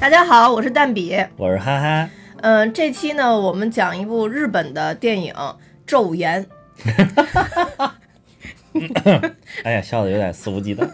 大家好，我是蛋比。我是哈哈，嗯、这期呢，我们讲一部日本的电影《昼颜》。哎呀，笑的有点肆无忌惮。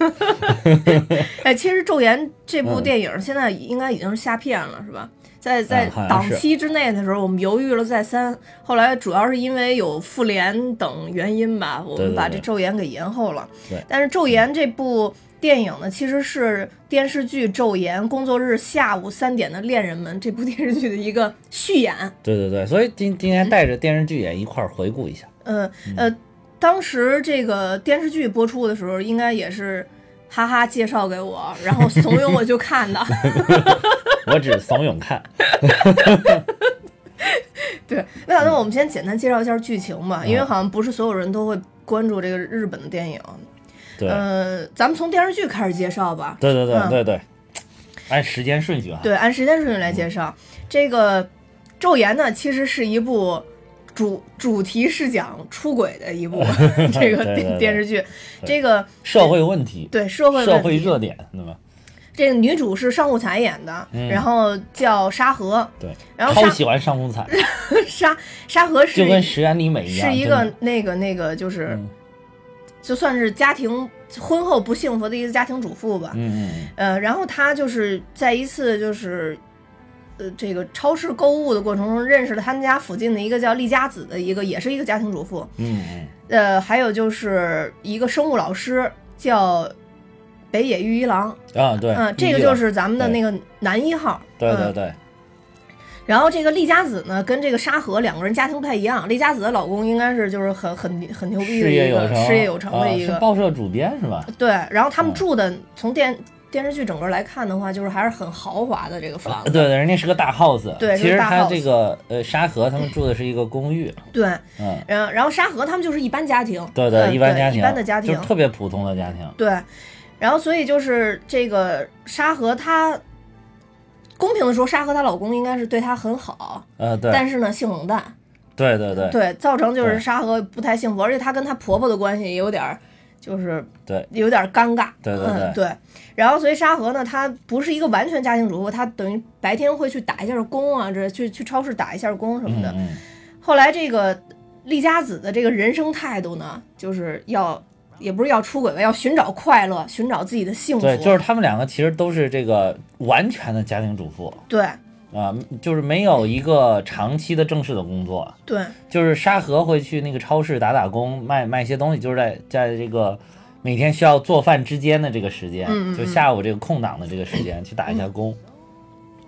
哎，其实《昼颜》这部嗯电影现在应该已经是下片了，是吧？在在啊好像档是期之内的时候，我们犹豫了再三，后来主要是因为有复联等原因吧，我对们对把这对《昼颜》给延后了。对但是《昼颜》这部电影呢，其实是电视剧《昼颜》工作日下午三点的恋人们这部电视剧的一个续演。对对对，所以今今天带着电视剧也一块儿回顾一下。呃呃，当时这个电视剧播出的时候，应该也是哈哈介绍给我，然后怂恿我就看 的。我只怂恿 看，对，那那我们先简单介绍一下剧情吧，因嗯为好像不是所有人都会关注这个日本的电影。对、呃，咱们从电视剧开始介绍吧。对对嗯对对对，按时间顺序啊。对，按时间顺序来介绍。嗯这个《昼颜》呢，其实是一部主主题是讲出轨的一 部这个对对电对电视剧。对这个社会问题，对社会社问会题热点，对吧？这个女主是上户彩演的，嗯然后叫沙河，对，然后超沙喜欢上 红彩，沙沙河就跟是石原里美一样，是一真的个那个那个就是，嗯就算是家庭婚后不幸福的一个家庭主妇吧，嗯嗯嗯，呃，然后她就是在一次就是。呃，这个超市购物的过程中认识了他们家附近的一个叫丽佳子的一个，也是一个家庭主妇。嗯嗯，呃，还有就是一个生物老师叫北野裕一郎，啊对，嗯、这个理解就是咱们的那对个男一号。对嗯对对，然后这个丽佳子呢，跟这个沙河两个人家庭不太一样。丽佳子的老公应该是就是很很很牛逼的事一业个有成，事业有成的一啊个是，报社主编是吧？对。然后他们嗯住的，从电电视剧整个来看的话，就是还是很豪华的这个房 对子，对，人家是个大 house，嗯对是其个实大他 house 这个呃沙河他们住的是一个公寓，对。嗯，然后然后沙河他们就是一般家庭，对嗯对，一般家庭，啊一般的家庭就是，特别普通的家庭，对。然后所以就是这个沙河她。公平的说，沙河她老公应该是对她很好，呃，对，但是呢性冷淡，对对对对，造成就是对沙河不太幸福，而且她跟她婆婆的关系也有点儿，就是对有点尴尬。对对嗯、对。然后，所以沙河呢，她不是一个完全家庭主妇，她等于白天会去打一下工啊，这去去超市打一下工什么嗯的。嗯，后来这个丽佳子的这个人生态度呢，就是要也不是要出轨吧，要寻找快乐，寻找自己的幸福。对，就是他们两个其实都是这个完全的家庭主妇对啊、就是没有一个长期的正式的工作，对就是沙河会去那个超市打打工，卖卖一些东西，就是在在这个。每天需要做饭之间的这个时间，嗯嗯就下午这个空档的这个时间去打一下工。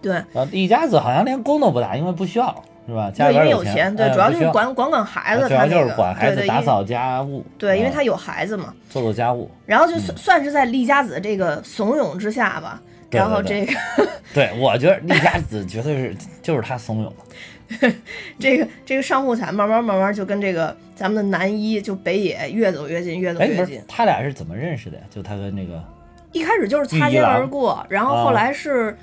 对，呃，一家子好像连工都不打，因为不需要，是吧？家对因里边为儿有钱，对，哎主要不就需啊是管管管孩子，主她要那就是个管孩对子对打因扫家务，对，因为嗯她有孩子嘛。做做家务。然后就算算是在丽佳子这个怂恿之下吧，嗯对然后对这个 对，我觉得丽佳子绝对是 就是他怂恿的，这个这个上户彩慢慢慢慢就跟这个咱们的男一就北野越走越近，越走哎，越不近是。他俩是怎么认识的呀？就他跟那个一开始就是擦肩而过，然后后来是、啊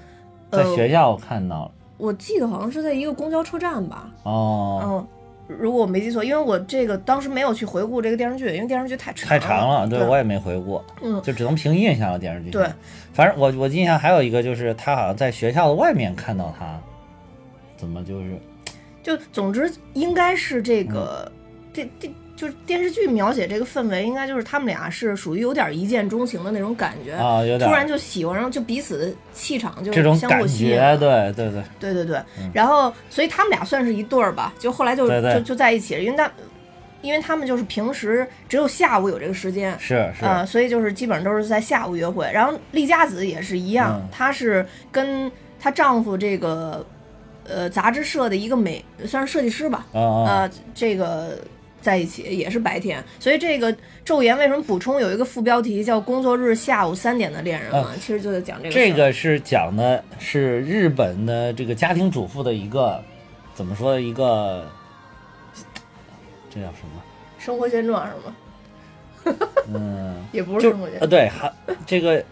在呃，学校看到了我记得好像是在一个公交车站吧，哦，嗯。如果我没记错，因为我这个当时没有去回顾这个电视剧，因为电视剧太长太长了，对对我也没回过，嗯就只能凭印象了电视剧。对，反正我我印象还有一个就是他好像在学校的外面看到他，怎么就是就总之应该是这嗯个电电、就是电视剧描写这个氛围，应该就是他们俩是属于有点一见钟情的那种感觉，啊有点突然就喜欢上，就彼此的气场就这种相互感吸引觉，对对对，对对对，然后所以他们俩算是一对儿吧，就后来就对对就就在一起了，因为那因为他们就是平时只有下午有这个时间。是是，啊、所以就是基本上都是在下午约会。然后丽佳子也是一样，嗯她是跟她丈夫这个呃杂志社的一个美，算是设计师吧，啊啊呃，这个在一起也是白天，所以这个昼颜为什么补充有一个副标题叫“工作日下午三点的恋人”嘛，其实就在讲这个啊这事儿个是讲的是日本的这个家庭主妇的一个怎么说一个，这叫什么？生活现状是吗？嗯， 也不是就生活现呃状，对，还这个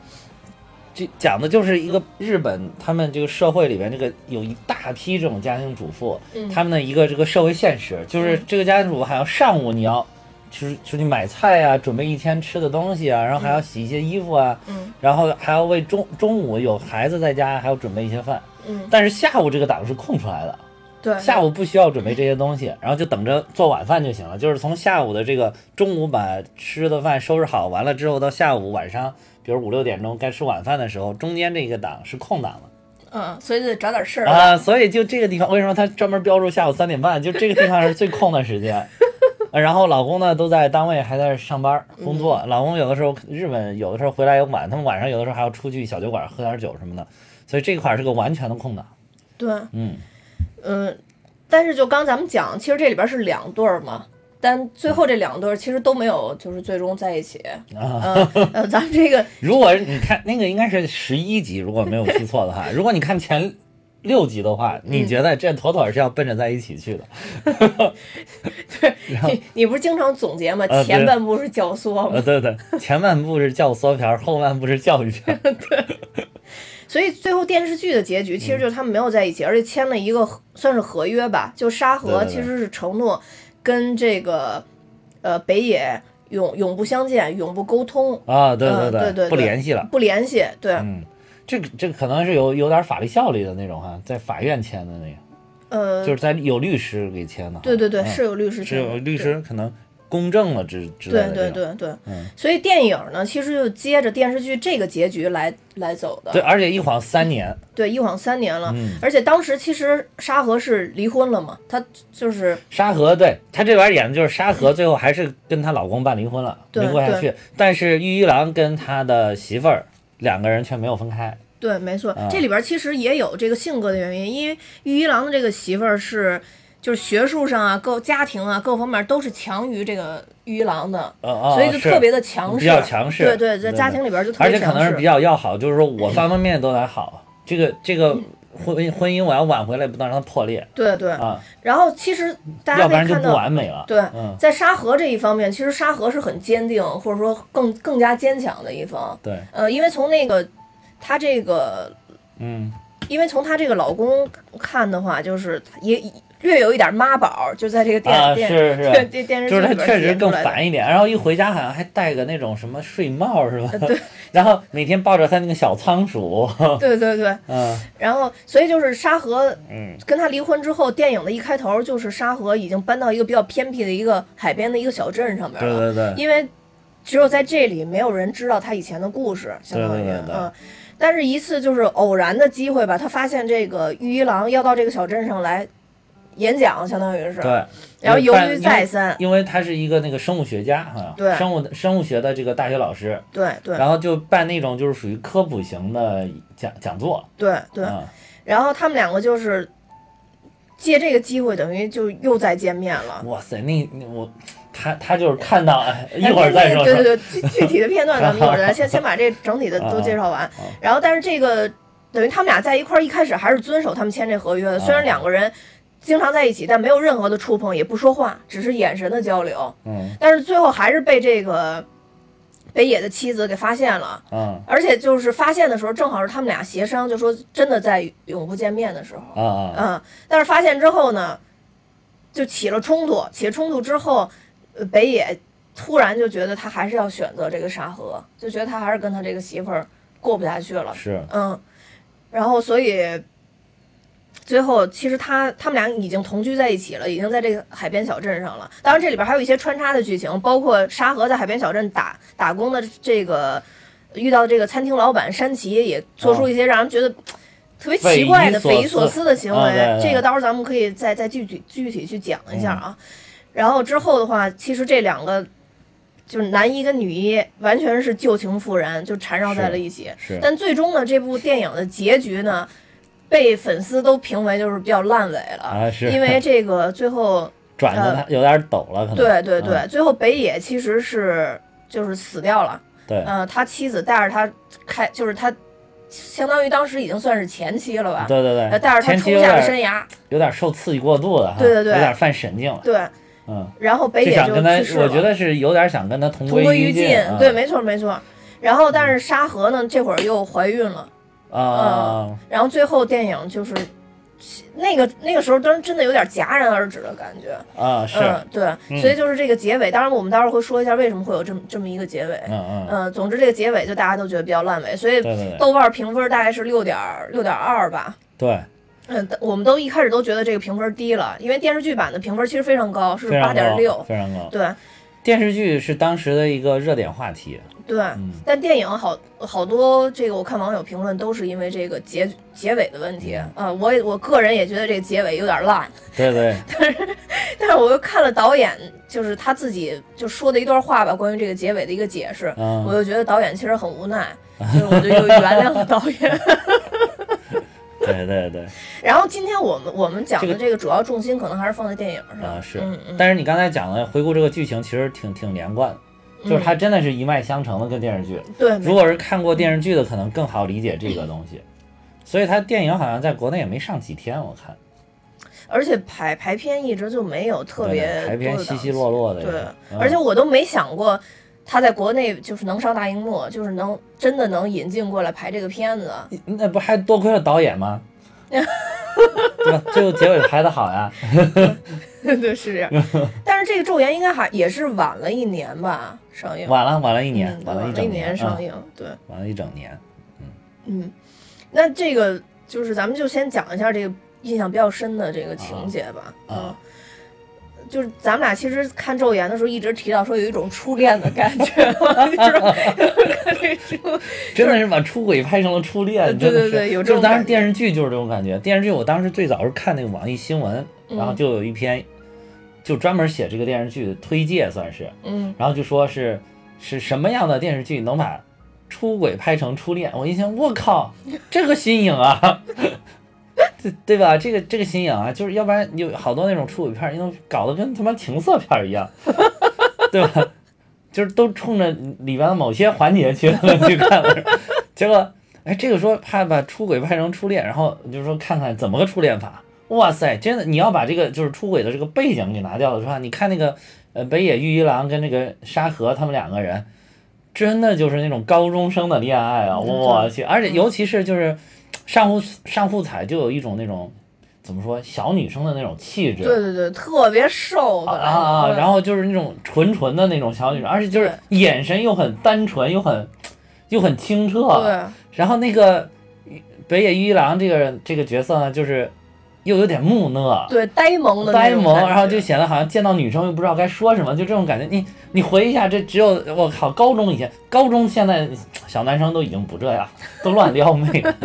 这讲的就是一个日本他们这个社会里边这个有一大批这种家庭主妇，嗯他们的一个这个社会现实，就是这个家庭主妇好像上午你要。去出去买菜啊，准备一天吃的东西啊，然后还要洗一些衣服啊，嗯然后还要为中中午有孩子在家还要准备一些饭。嗯，但是下午这个档是空出来的，对，下午午不需要准备这些东西，然后就等着做晚饭就行了。就是从下午的这个中午把吃的饭收拾好，完了之后到下午晚上，比如五六点钟该吃晚饭的时候，中间这个档是空档的。嗯，所以就得找点事儿。啊，所以就这个地方，为什么他专门标注下午三点半？就这个地方是最空的时间。呃然后老公呢都在单位还在上班儿工作，老公有的时候日本有的时候回来也晚，他们晚上有的时候还要出去小酒馆喝点酒什么的，所以这块儿是个完全的空档。对，嗯，嗯，但是就刚咱们讲，其实这里边是两对儿嘛，但最后这两对儿其实都没有就是最终在一起。啊嗯，呃，咱们这 个如果你看那个应该是十一集，如果没有记错 的话，如果你看前六集的话，嗯你觉得这妥妥是要奔着在一 起去的。你你不是经常总结吗？呃前对半部是教唆呃，吗？对对，前半部是教唆片儿，后半部是教 育片儿。所以最后电视剧的结嗯局其实就是他们没有在一起，而且签了一个合算是合约吧，就沙河对对对其实是承诺跟这个呃北野永永不相见，永不沟通，啊，对对嗯对对不对联系了。不联系。对，嗯，这个这个可能是有有点法律效力的那种哈，在法院签的那个，呃就，是在有律师给签的哈。对对对，嗯是有律师是签的，有律师可能公证了之之类对对。的。对对，嗯所以电影呢，其实就接着电视剧这个结局来来走的。对，而且一晃三年，对一晃三年了，嗯而且当时其实沙河是离婚了嘛，她就是沙河对她这玩意儿演的就是沙河，最后还是跟她老公办离婚了，对没过下对去。但是玉一郎跟他的媳妇儿两个人却没有分开。对，没错，啊这里边其实也有这个性格的原因，因为玉一郎的这个媳妇儿是。就是学术上啊，各家庭啊，各方面都是强于这个玉一郎的，呃啊，哦所以就特别的强势，比较强势对对，对在对家庭里边就特而别且可强势。能是比较要好，就是说我方方面面都得好。这个这个嗯婚婚姻我要挽回来，不能让它破裂对对。啊，然后其实大家要不可然以就看不到，完美了。对嗯，在沙河这一方面，其实沙河是很坚定，或者说更更加坚强的一方。对，呃，因为从那个她这个，嗯，因为从她这个老公看的话，就是也略有一点妈宝，就在这个电、啊电是是对这电视剧就是里他边确实体现出更来的。烦一点，然后一回家好像还戴个那种什么睡帽是吧？对。 然后每天抱着他那个小 仓鼠，对对对，嗯然后所以就是沙河嗯，跟她离婚之后，电影的一开头就是沙河已经搬到一个比较偏僻的一个海边的一个小镇上面对了，对 对，因为只有在这里，没有人知道他以前的故事，相当于对对对对嗯。但是，一次就是偶然的机会吧，他发现这个玉一郎要到这个小镇上来演讲，相当于是。啊对。然后因犹为豫再三，因为他是一个那个生物学家哈，对生物生物学的这个大学老师，对对然后就办那种就是属于科普型的讲讲座，对对。啊，然后他们两个就是借这个机会，等于就又再见面了。哇塞，那那我他他就是看到，哎，一会儿再说。对对对，具具体的片段咱们一会儿再 先先把这整体的啊都介绍完。然后，但是这个等于他们俩在一块儿，一开始还是遵守他们签这合约的。啊虽然两个人经常在一起，但没有任何的触碰，也不说话，只是眼神的交流。嗯但是最后还是被这个北野的妻子给发现了，嗯而且就是发现的时候，正好是他们俩协商，就说真的在永不见面的时候。啊啊嗯，但是发现之后呢，就起了冲突。起了冲突之后，呃北野突然就觉得他还是要选择这个沙河，就觉得他还是跟他这个媳妇儿过不下去了。是嗯，然后所以最后其实他他们俩已经同居在一起了，已经在这个海边小镇上了。当然这里边还有一些穿插的剧情，包括沙河在海边小镇打打工的这个遇到这个餐厅老板山崎也做出一些让人觉得。特别奇怪的、嗯匪匪夷夷所所思思的行为，啊对对嗯这个到时候咱们可以再再具体具体去讲一下啊。然后之后的话，其实这两个就是男一跟女一完全是旧情复燃，就缠绕在了一起。是，但最终呢，这部电影的结局呢，被粉丝都评为就是比较烂尾了，啊是因为这个最 后，转的他有点抖了，可能。对对对，嗯最后北野其实是就是死掉了，对呃，他妻子带着他开，就是他相当于当时已经算是前妻了吧，对对呃，对，带着他前期冲有下了点山崖，有点受刺激过度了哈，对对对有点犯神经了，对，嗯，然后北就野想就跟他去世，我了。觉得是有点想跟他同同归于于尽尽，，啊对，没错没错。然后，但是沙河呢，这会儿又怀孕了，啊然后最后电影就是那个那个时候当时真的有点戛然而止的感觉。啊，是，嗯，对，所以就是这个结尾，当然我们到时候会说一下为什么会有这么这么一个结尾。嗯嗯，嗯，总之这个结尾就大家都觉得比较烂尾，所 以对对对豆瓣评分大概是六点六点二吧。对，嗯，我们都一开始都觉得这个评分低了，因为电视剧版的评分其实非常高，是非八常点高，六。非常高。对电视剧是当时的一个热点话 题，对，嗯但电影好好多这个我看网友评论都是因为这个结结尾的问题嗯啊、呃我也我个人也觉得这个结尾有点烂，对对， 但是我又看了导演就是他自己就说的一段话吧，关于这个结尾的一个解释，嗯我就觉得导演其实很无奈，就是我就又原谅了导演。 对对对，然后今天我们我们讲这的个这个主要重心可能还是放在电影上啊是嗯嗯，但是你刚才讲的，回顾这个剧情其实挺挺连贯的，嗯就是它真的是一脉相承的跟电视剧。对，如果是看过电视剧的，可能更好理解这个东西。所以它电影好像在国内也没上几天，我看而且排排片一直就没有特对别对排多片的稀档稀期落落的也是，对，嗯而且我都没想过他在国内就是能上大荧幕，就是能真的能引进过来拍这个片子。 那不还多亏了导演吗？对吧？最后结尾拍的好 呀，对，是 这样。但是这个《咒言》应该还也是晚了一年吧上映，晚了晚了一年嗯，晚了了整年年，上嗯映。对，晚了一整年。嗯，那这个就是咱们就先讲一下这个印象比较深的这个情节吧。啊嗯，就是咱们俩其实看《咒言》的时候，一直提到说有一种初恋的感觉， 就是看这书， 真的是把出轨拍成了初恋，呃对真的对是对有这种就是当时感觉电视剧就是这种感觉。电视剧我当时最早是看那个网易新闻，然后嗯就有一篇就专门写这个电视剧的推介，算是，嗯，然后就说是是什么样的电视剧能把出轨拍成初恋？我一想，我靠，这个新颖啊，对对吧？这个这个新颖啊，就是要不然有好多那种出轨片儿，因为搞得跟他妈情色片儿一样， 对吧？就是都冲着里边的某些环节去去看了，结果哎，这个说怕把出轨拍成初恋，然后就是说看看怎么个初恋法。哇塞，真的，你要把这个就是出轨的这个背景给拿掉的话，你看那个呃北野玉一郎跟那个沙河他们两个人，真的就是那种高中生的恋爱啊！我去，而且尤其是就是上户上户彩就有一种那种怎么说小女生的那种气质，对对对，特别瘦，啊本来啊啊！嗯然后就是那种纯纯的那种小女生，而且就是眼神又很单纯，又很又很清澈。对，啊然后那个北野一郎这个这个角色呢，就是又有点木讷。对呆萌的那呆种萌，感觉然后就显得好像见到女生又不知道该说什么，就这种感觉。你你回忆一下，这只有我靠，高中以前，高中现在小男生都已经不这样，都乱撩 妹了，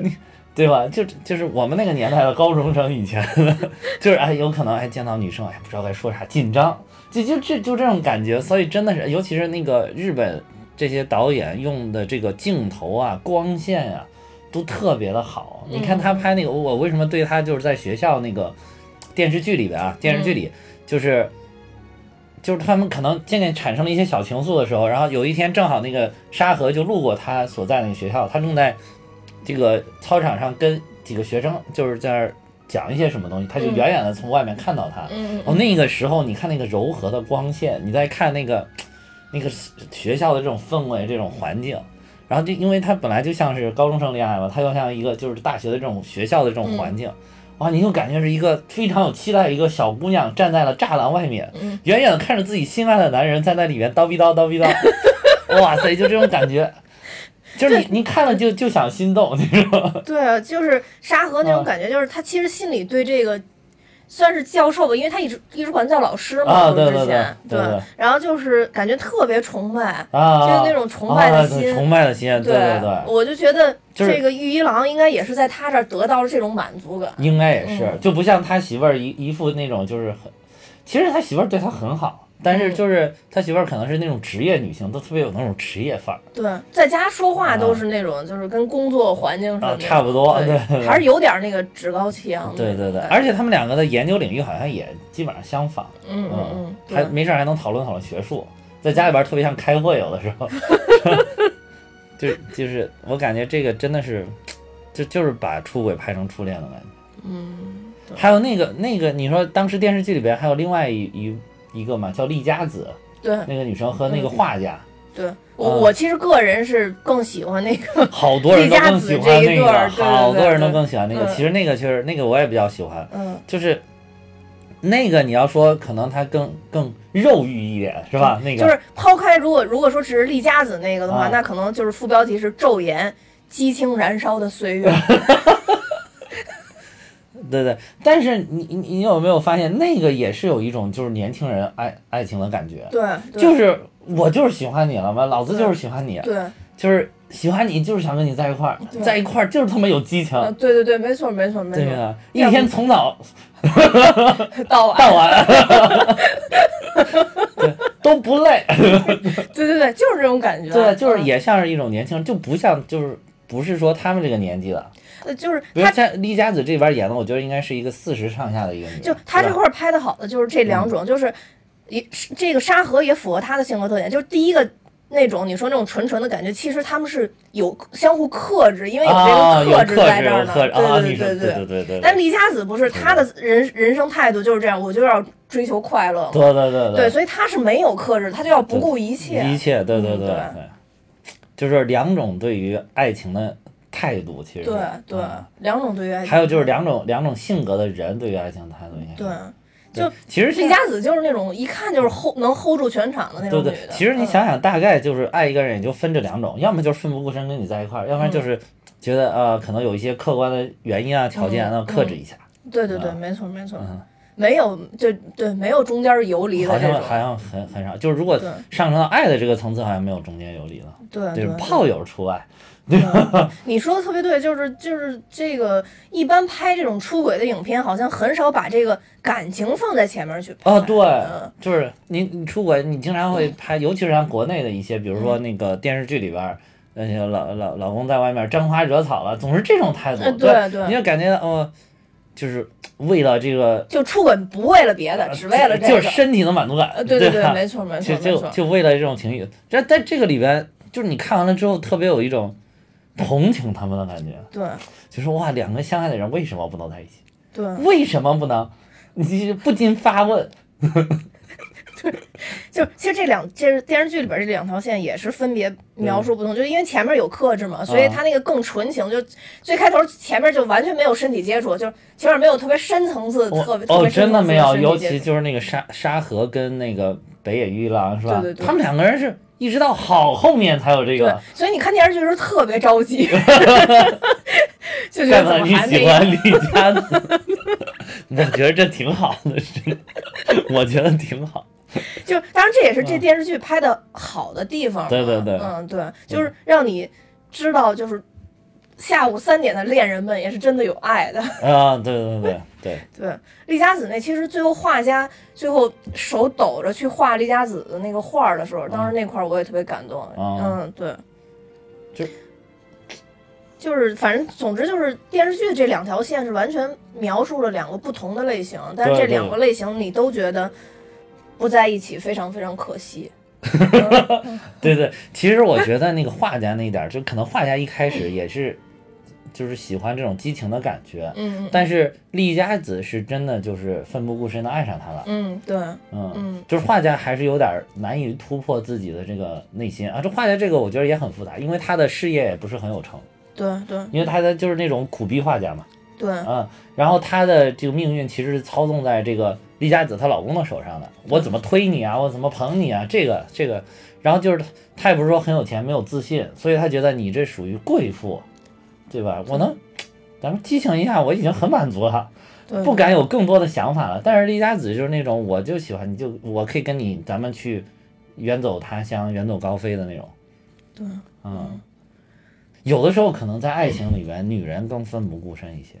你对吧？就就是我们那个年代的高中生以前，就是哎，有可能哎见到女生哎不知道该说啥，紧张，就就这就这种感觉。所以真的是，尤其是那个日本这些导演用的这个镜头啊、光线啊。都特别的好，你看他拍那个，我为什么对他就是在学校那个电视剧里边啊，电视剧里就是、就是他们可能渐渐产生了一些小情愫的时候，然后有一天正好那个沙河就路过他所在那个学校，他正在这个操场上跟几个学生就是在那儿讲一些什么东西，他就嗯远远的从外面看到他，嗯哦，那个时候你看那个柔和的光线，你再看那个那个学校的这种氛围、这种环境，然后就因为它本来就像是高中生恋爱嘛，它又像一个就是大学的这种学校的这种环境，嗯哇，你就感觉是一个非常有期待的一个小姑娘站在了栅栏外面，嗯远远的看着自己心爱的男人在那里面叨逼叨 叨逼叨，哇塞，就这种感觉。就是你，你看了就就想心动，你知道吗？对，就是沙河那种啊感觉，就是他其实心里对这个算是教授吧，因为他一直一直管他叫老师嘛，啊不是对之对前对对对然后就是感觉特别崇拜，啊，就是那种崇拜的啊心崇拜的心，对对对，我就觉得就是这个玉一郎应该也是在他这儿得到了这种满足感。应该也是嗯，就不像他媳妇儿一一副那种就是很，其实他媳妇儿对他很好，但是就是他媳妇儿可能是那种职业女性，都特别有那种职业范儿对，在家说话都是那种，就是跟工作环境上啊，的差不多，对对，嗯对还是有点那个趾高气扬的。对对对，感觉而且他们两个的研究领域好像也基本上相仿，嗯嗯嗯，对还没事儿还能讨论讨论学术，在家里边儿特别像开会，有的时候， 就就是我感觉这个真的是，就就是把出轨拍成初恋的感觉。嗯，对还有那个那个，你说当时电视剧里边还有另外一一一个嘛，叫丽佳子，对， 那个女生和那个画家，对我、嗯我其实个人是更喜欢那个，好多人都更喜欢那李佳子个，这一对儿好对对多人都对更喜欢那个。嗯其实那个确实，那个我也比较喜欢，嗯，就是那个你要说可能它更更肉欲一点，是吧？那嗯就个是抛开如果如果说只是丽佳子那个的话，啊那可能就是副标题是昼颜激情燃烧的岁 月，对对，但是你你你有没有发现那个也是有一种就是年轻人爱爱情的感觉，对，对就是啊我就是喜欢你了嘛，老子就是喜欢你，对，就是喜欢你就是想跟你在一块儿，对在一块儿就是他妈有激情，呃对对对，没错没错没对错，呀，一天从早 到晚，到晚， 对都不累。对对对，就是这种感觉，对，就是嗯也像是一种年轻人，就不像就是不是说他们这个年纪了。呃就是比如他像丽佳子这边演的，我觉得应该是一个四十上下的一个女人。就他这是吧嗯块儿拍的好的就是这两种，就是一是这个沙河也符合他的性格特点，就是第一个。那种你说那种纯纯的感觉，其实他们是有相互克制，因为有啊，这有个克制，制在这儿有呢。克制啊，对你说对对对。对对对，但李佳子不是，是的她的人人生态度就是这样，我就要追求快乐嘛。对对对对，所以她是没有克制，她就要不顾一切。一切对对嗯对对对，就是两种对于爱情的态度，其实对对嗯，两种对于爱情还有就是两种两种性格的人对于爱情的态度应该是对，就其实现李在佳子就是那种一看就是 hold 能 hold 住全场的那对种女对的。，其实你嗯想想，大概就是爱一个人也就分这两种，要么就是奋不顾身跟你在一块儿，要不嗯然就是觉得呃可能有一些客观的原因啊条件啊，嗯那克制一下。对对对，啊没错没错，嗯没有就对没有中间游离好的这像种，好像很很少，就是如果对上升到爱的这个层次，好像没有中间有离了，对就是对。炮友除外。 对嗯你说的特别对，就是就是这个一般拍这种出轨的影片，好像很少把这个感情放在前面去拍。啊，对嗯，就是你你出轨，你经常会拍，尤其是像国内的一些，比如说嗯那个电视剧里边儿。那些老老老公在外面沾花惹草了，总是这种态度呃，对对你就感觉哦，就是为了这个就出轨不为了别的，只为了这啊就个。是身体的满足感呃，，对对对，吧没错没错就没就错。就为了这种情欲，这在这个里边，就是你看完了之后，特别有一种同情他们的感觉，对就说哇，两个相爱的人为什么不能在一起？对，为什么不能？你就是不禁发问，就其实这两这是电视剧里边这两条线也是分别描述不同，就是因为前面有克制嘛，所啊以他那个更纯情，就最开头前面就完全没有身体接触，就是前面没有特别深层次，我特别特哦，别深真的层次没有，身体尤接其触就是那个沙沙河跟那个北野玉一郎是吧？对对对他们两个人是一直到好后面才有这对个，，所以你看电视剧的时候特别着 急，就觉怪得怎不得么你还没喜欢李佳子， 我觉得这挺好的，是， 我觉得挺好。就当然这也是这电视剧拍的好的地方嘛。嗯对对对嗯对，就是让你知道，就是下午三点的恋人们也是真的有爱的。啊，对对对对，对，丽佳子那其实最后画家最后手抖着去画丽佳子的那个画儿的时候，嗯当时那块儿我也特别感动。啊嗯，对，就就是反正总之就是电视剧这两条线是完全描述了两个不同的类型，但是对这对两个类型你都觉得不在一起非常非常可惜。嗯 对对，其实我觉得那个画家那一点儿，就可能画家一开始也是，就是喜欢这种激情的感觉，嗯但是丽佳子是真的就是奋不顾身的爱上他了，嗯，对，嗯，嗯就是画家还是有点儿难以突破自己的这个内心啊，这画家这个我觉得也很复杂，因为他的事业也不是很有成，对对因为他的就是那种苦逼画家嘛，对嗯，然后她的这个命运其实是操纵在这个丽佳子她老公的手上的。我怎么推你啊？我怎么捧你啊？这个这个，然后就是她她也不是说很有钱，没有自信，所以她觉得你这属于贵妇，对吧？我能，咱们激情一下，我已经很满足了，对，不敢有更多的想法了。但是丽佳子就是那种，我就喜欢你就我可以跟你咱们去远走他乡、远走高飞的那种。对，嗯，有的时候可能在爱情里边，女人更奋不顾身一些。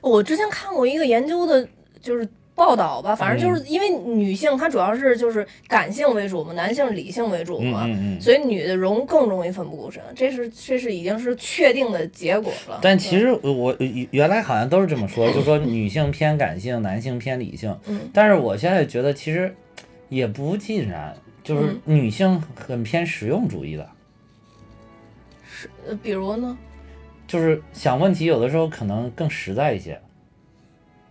我之前看过一个研究的，就是报道吧，反正嗯就是因为女性她主要是就是感性为主嘛，男性理性为主嗯嘛，嗯嗯。所以女的容更容易奋不顾身，这是这是已经是确定的结果了。但其嗯实我我原来好像都是这么说，就说女性偏感性，男性偏理性。嗯但是我现在觉得其实也不尽然，就是嗯女性很偏实用主义的，呃比如呢，就是想问题有的时候可能更实在一些。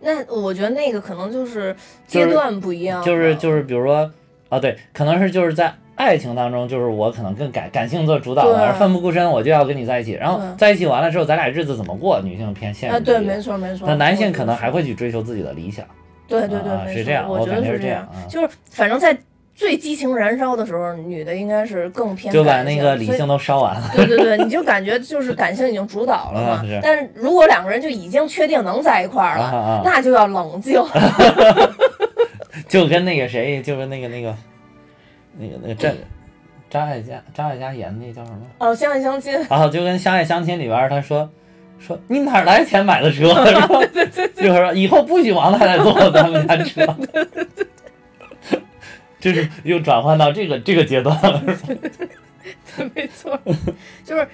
那我觉得那个可能就是就阶是段不一样吧，哦就是就是比如说啊，对，可能是就是在爱情当中，就是我可能更感感性做主导对了，奋不顾身，我就要跟你在一起。然后对在一起完了之后，咱俩日子怎么过？女性偏现啊，实主对，义。没错没错。那男性我觉可得能是还会去追求自己的理想。对对对，啊没是错这样我我觉感得觉是这这样啊就是反正在最激情燃烧的时候，女的应该是更偏就把感那个理所以性都烧完了。对对对，你就感觉就是感性已经主导了嘛。啊是但是如果两个人就已经确定能在一块儿了，啊啊那就要冷静。 就跟那个谁，就跟那个那个那个那个嗯张张艾嘉张艾嘉演的那叫什么？哦，相爱相亲，啊，就跟《相爱相亲》里边儿他说说你哪儿来钱买的车？ 然后就是说以后不许王太太坐咱们家车。 这是又转换到这个这个阶段 了，对 没错，就是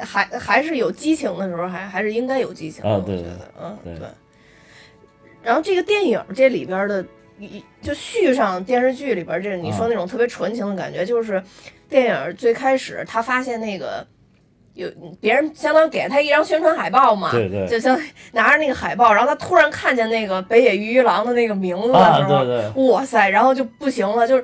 还还是有激情的时候，还还是应该有激情的。啊我对觉对得，嗯，对对。然后这个电影这里边的，一就续上电视剧里边这你啊说那种特别纯情的感觉，就是电影最开始他发现那个。有别人相当于给了他一张宣传海报嘛，对对就像拿着那个海报，然后他突然看见那个北野裕一郎的那个名字的啊时候，对对哇塞，然后就不行了，就是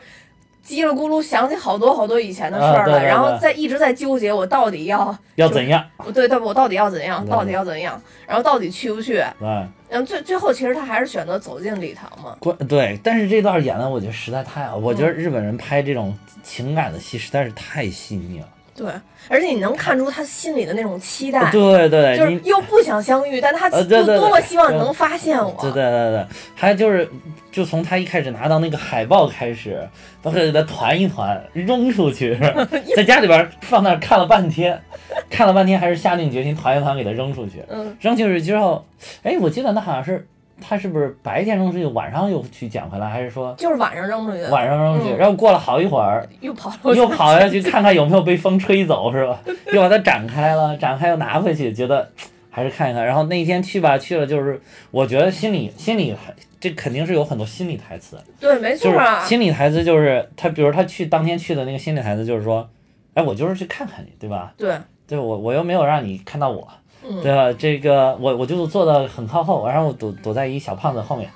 叽里咕噜想起好多好多以前的事儿啊来，对对对然后在一直在纠结我到底要要怎样？我对对我到底要怎样，对到底要怎样，然后到底去不去？啊，嗯，最最后其实他还是选择走进礼堂嘛。关对，但是这段演的我觉得实在太好，我觉得日本人拍这种情感的戏实在是太细腻了。对，而且你能看出他心里的那种期待，啊对嗯对，就是你又不想相遇，但他呃又对对对多么希望你对能发现我。对对对对，还有就是，就从他一开始拿到那个海报开始，都是给他团一团扔出去， 在家里边放那儿看了半天，看了半天还是下定决心团一团给他扔出去。嗯，扔出去之后，哎，我记得那好像是他是不是白天扔出去，晚上又去捡回来，还是说就是晚上扔出去，晚上扔出去？嗯然后过了好一会儿，又跑了，又跑下 去看看有没有被风吹走，是吧？又把它展开了，展开又拿回去，觉得嘖还是看一看。然后那一天去吧，去了就是，我觉得心里心里这肯定是有很多心理台词，对，没错就是啊，心理台词就是他，比如他去当天去的那个心理台词就是说，哎，我就是去看看你，对吧？对，对我我又没有让你看到我，嗯对吧？这个我我就坐的很靠后，然后我躲躲在一小胖子后面，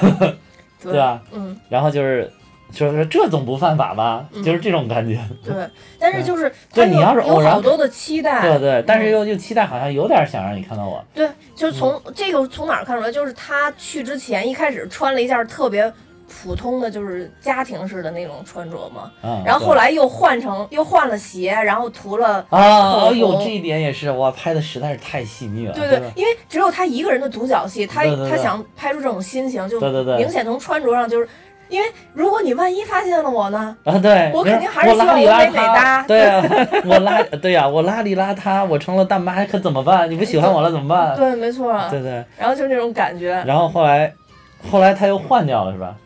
对对啊吧？嗯。然后就是就是说这总不犯法吧？就是这种感觉。对，但是就是他对有你要是偶有然好多的期待，对对，但是又又期待，好像有点想让你看到我。对，嗯就是从这个从哪儿看出来？就是他去之前一开始穿了一件特别普通的，就是家庭式的那种穿着嘛，嗯，然后后来来又换成又换了鞋，然后涂了。啊，口哎呦，红这一点也是，哇，拍的实在是太细腻了。对真对的，，因为只有他一个人的独角戏，他对对对他想拍出这种心情，就对对对明显从穿着上就是，因为如果你万一发现了我呢，啊，对，我你肯说定还是我希邋望里我邋美美哒遢，对啊， 我邋，对呀，我邋里邋遢，我成了大妈可怎么办？你不喜欢我了怎么办？对，没错啊，对对，然后就是那种感觉，然后后来，后来他又换掉了是吧？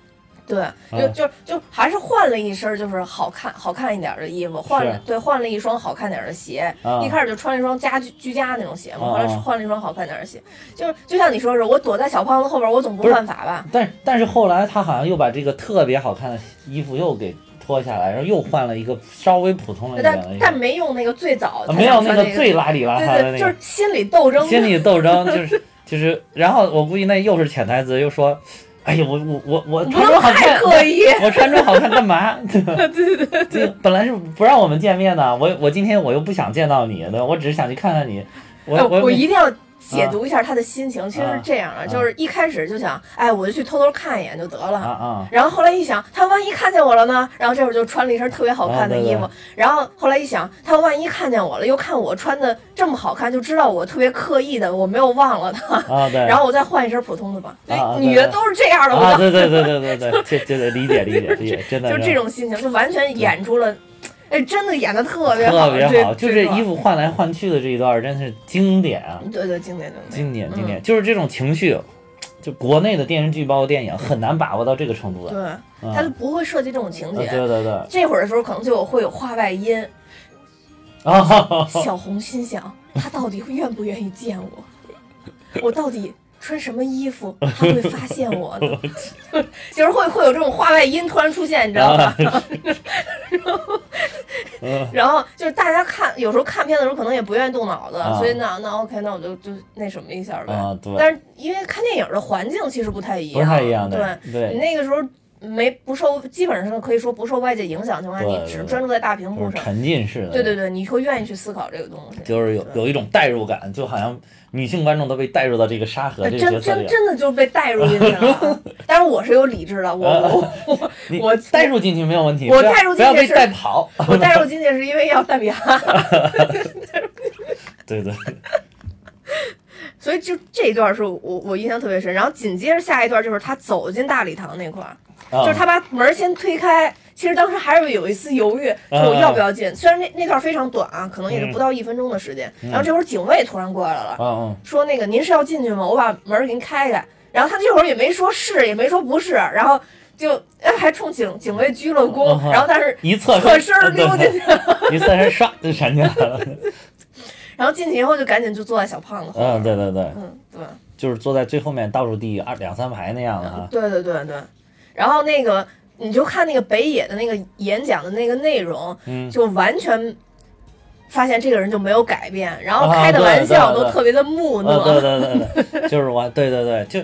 对，就嗯就就还是换了一身就是好看好看一点的衣服，换了对换了一双好看点的鞋，啊一开始就穿了一双家居居家那种鞋嘛，啊后来换了一双好看点的鞋，就是就像你说是，我躲在小胖子后边，我总不不是犯法吧？但但是后来他好像又把这个特别好看的衣服又给脱下来，然后又换了一个稍微普通了一点的但衣但服，没用那个最早哎啊没有那那个最邋里邋遢对的那对，个，就是心理斗争， 心理斗 争，就是就是，然后我估计那又是潜台词，又说，哎呀，我我我我不穿能着好太看，刻意。我穿着好看 干嘛？对吧？对对对，本来是不让我们见面的，我我今天我又不想见到你，对吧？我只是想去看看你，我哎我嗯我一定要解读一下他的心情，其实是这样的，啊就是一开始就想，哎，我就去偷偷看一眼就得了。啊啊然后后来一想，他万一看见我了呢？然后这会儿就穿了一身特别好看的啊对对衣服。然后后来一想，他万一看见我了，又看我穿的这么好看，就知道我特别刻意的，我没有忘了他。啊，对， 然后我再换一身普通的吧。啊啊对对女的都是这样的，啊，我对对对对对对，这这得理解理解理解，真的就这种心情，就完全演出了，哎，真的演的特别好，特别好，这就这衣服，服换来换去的这一段真是经典啊。对对，经典经典。经典经典，嗯就是这种情绪，就国内的电视剧包括电影很难把握到这个程度的。对，嗯他就不会设计这种情啊节。对对对，这会儿的时候，可能就有会有话外音。 啊，小红心想，他到底愿不愿意见我？我到底穿什么衣服，他会发现我 呢？就是会会有这种话外音突然出现，你知道吧？啊嗯 然后就是大家看，有时候看片的时候可能也不愿意动脑子，啊所以那那 OK，那我就就那什么一下呗。啊，对，但是因为看电影的环境其实不太一不样，太一样的，对。你对那个时候没不受，基本上可以说不受外界影响的情况下，对你对只对专注在大屏幕就是上。沉浸式的，对对对，你会愿意去思考这个东西。就是有是有一种代入感，就好像女性观众都被带入到这个沙河呃这个角真色真里啊了。真的就是被带入进去了，但是我是有理智的，我我我你我带入进去没有问题，我不要带入进去不要被是带跑。 我带入进去是因为要蛋比哈，对对，所以就这一段是我我印象特别深。然后紧接着下一段就是他走进大礼堂那块儿，就就是他把门先推开。其实当时还是有一丝犹豫，就啊我要不要进。虽然那那段非常短啊，可能也就不到一分钟的时间。然后这会儿警卫突然过来了，嗯说那个您是要进去吗？我把门儿给您开开。然后他这会儿也没说是，也没说不是，然后就哎还冲警警卫鞠了躬嗯，哼然后但是嗯，一侧侧身儿溜进去，去了，一侧身唰就闪进来 了。然后进去以后就赶紧就坐在小胖子后面嗯，对对对，嗯，对，就是坐在最后面倒数第二两三排那样的哈。对对对对，然后那个你就看那个北野的那个演讲的那个内容，嗯就完全发现这个人就没有改变，然后啊开的对玩对笑对都特别的 木呃，对讷，对 对对，就是我，对对对，就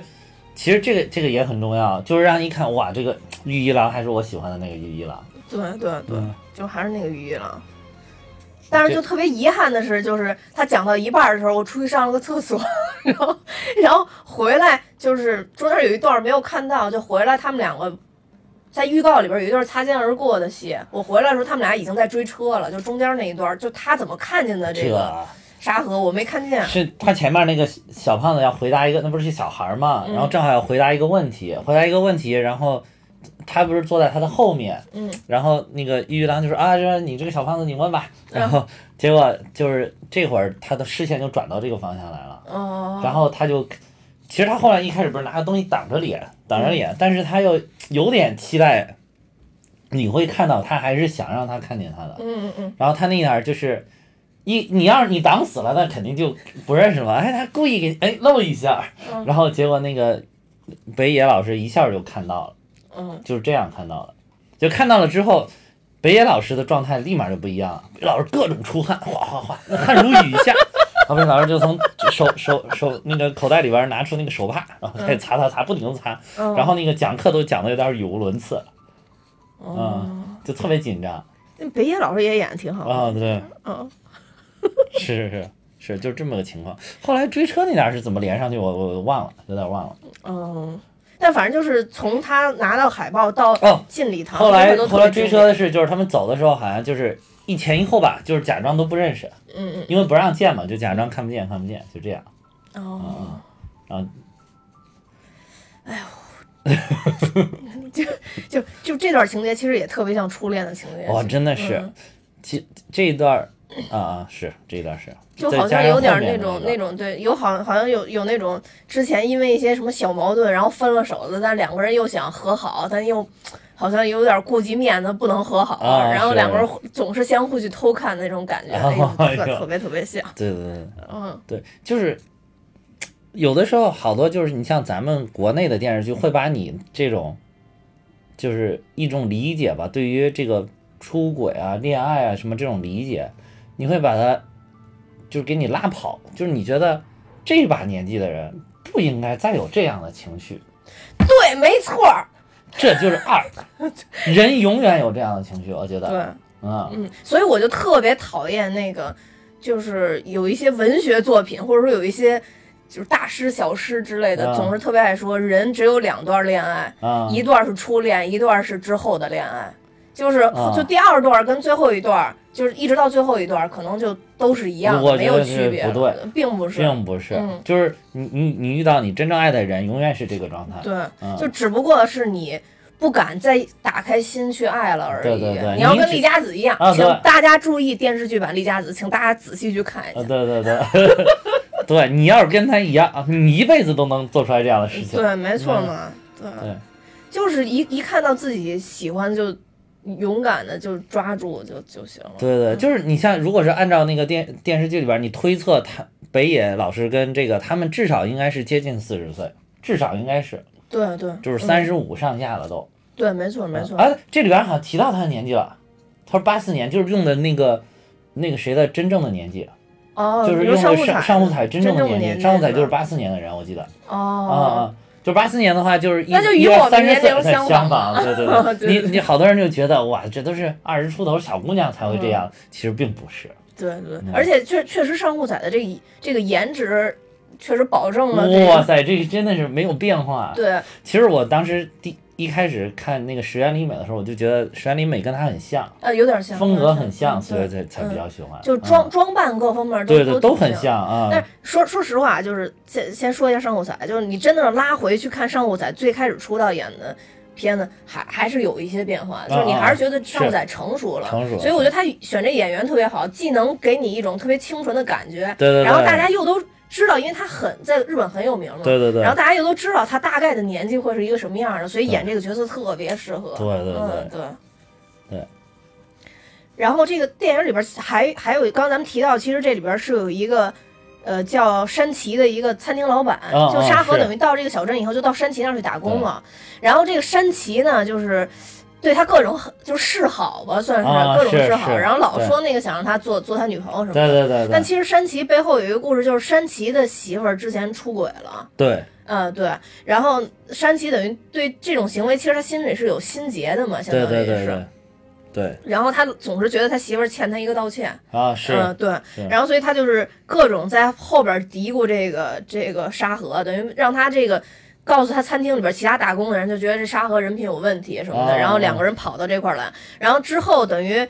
其实这个这个也很重要，就是让一看哇，这个御一郎还是我喜欢的那个御一郎。对对对嗯，就还是那个语义了。但是就特别遗憾的是，就是他讲到一半儿的时候，我出去上了个厕所，然后然后回来就是中间有一段没有看到，就回来他们两个在预告里边有一段擦肩而过的戏。我回来的时候，他们俩已经在追车了，就中间那一段，就他怎么看见的这这个个啊沙河，我没看 见。是他前面那个小胖子要回答一个，那不是小孩儿嘛，然后嗯正好要回答一个问题，回答一个问题，然后他不是坐在他的后面，嗯，然后那个玉一郎就说啊，说你这个小胖子你问吧，嗯然后结果就是这会儿他的视线就转到这个方向来了，然哦，后他就，其实他后来一开始不是拿个东西挡着脸，挡着嗯脸，但是他又有点期待，你会看到他还是想让他看见他的，嗯嗯嗯，然后他那点儿就是，一你要是你挡死了，那肯定就不认识了嘛。哎，他故意给哎露一下嗯，然后结果那个北野老师一下就看到了，嗯，就是这样看到了，就看到了之后。北野老师的状态立马就不一样了，北野老师各种出汗，哗哗哗，那汗如雨 下。然后北野老师就从手手手那个口袋里边拿出那个手帕，然后开始擦擦擦，不停的擦。嗯然后那个讲课都讲的有点语无伦次了，哦，就特别紧张那北野老师也演的挺好的，嗯啊、对。嗯，是是是是，就这么个情况。后来追车那点儿是怎么连上去，我我我忘了，有点忘了。嗯，但反正就是从他拿到海报到哦进礼堂，后这来个啊都特后来别追经车的是，就是他们走的时候好像就是一前一后吧，就是假装都不认识，典，嗯因为不让见嘛，就假装看不见看不见，就这样。嗯，哦，哎然后 就就这段情节其实也特别像初恋的情节，哇，真的是嗯，其这一段儿啊啊是这一段儿是，就再好加像上有点后那面种一段那种对，有好好像有有那种之前因为一些什么小矛盾，然后分了手的，但两个人又想和好，但又好像有点顾及面子不能和好，啊然后是两个人总是相互去偷看那种感觉，啊哎呦，哎呦特特别特别像，对对对。嗯对，就是有的时候好多就是你像咱们国内的电视剧会把你这种，就是一种理解吧，对于这个出轨啊、恋爱啊什么这种理解，你会把它就是给你拉跑，就是你觉得这把年纪的人不应该再有这样的情绪，对，没错儿，这就是二，人永远有这样的情绪，我觉对，得，嗯，嗯，所以我就特别讨厌那个，就是有一些文学作品，或者说有一些就是大师、小师之类的，啊总是特别爱说人只有两段恋爱，啊，一段是初恋，一段是之后的恋爱。就是啊就第二段跟最后一段，就是一直到最后一段，可能就都是一样我的，没觉得有是区别，不对，并不是。并不是，嗯就是你你你遇到你真正爱的人，永远是这个状态，对，嗯就只不过是你不敢再打开心去爱了而已。对对对你要你跟只丽佳子一样，啊请对大家注意电视剧版丽佳子，请大家仔细去看一下。啊，对对对， 对你要是跟他一样，啊你一辈子都能做出来这样的事情。对，没错嘛，对，嗯对就是一一看到自己喜欢就勇敢的就抓住就就行了。对对，就是你像，如果是按照那个电电视剧里边，你推测他北野老师跟这个他们至少应该是接近四十岁，至少应该是对对，就是嗯三十五上下了都。对，没错没错，啊，这里边好像提到他的年纪了，他说八四年，就是用的那个那个谁的真正的年纪，哦，就是比如用上的户上彩上户彩真真正的正的年年纪，上户纪彩就是吧八四年的人，我记得啊哦，啊，就八四年的话，就是一那就一以月我三们年十岁龄在相香仿嘛港，对对对对，对你你好多人就觉得哇，这都是二十出头小姑娘才会嗯这样，其实并不是。对对，嗯而且确确实上户彩的这一这个颜值确实保证了这哇个。塞，这真的是没有变嗯化。啊对，其实我当时第一开始看那个石原里美的时候，我就觉得石原里美跟她很像，呃，有点像风格很像，嗯所以对才才比较喜欢。就嗯装装扮各方面都对对都都挺很像啊。但是说说实话，啊就是先先说一下上户彩，就是你真的拉回去看上户彩最开始出道演的片子，还还是有一些变化，就是你还是觉得上户彩成熟了，啊是成熟了所以我觉得他选这演员特别好，既能给你一种特别清纯的感觉，对对对然后大家又都知道，因为他很在日本很有名嘛，对对对然后大家又都知道他大概的年纪会是一个什么样的，所以演这个角色特别适合，对对对嗯对。对然后这个电影里边还还有，刚刚咱们提到，其实这里边是有一个，呃，叫山崎的一个餐厅老板，啊就沙河是嗯等于到这个小镇以后，就到山崎那儿去打工了。然后这个山崎呢，就是对他各种就是示好吧，算是、啊各种是示好，是然后老对说那个想让他做做他女朋友什么的。对对对但对其实山崎背后有一个故事，就是山崎的媳妇儿之前出轨了。对，嗯，对，然后山崎等于对这种行为，其实他心里是有心结的嘛，相对当于是。对对对对然后他总是觉得他媳妇儿欠他一个道歉，啊是嗯，对是，然后所以他就是各种在后边嘀咕这个这个沙河，等于让他这个告诉他餐厅里边其他打工的人就觉得这沙河人品有问题什么的，哦然后两个人跑到这块儿来，然后之后等于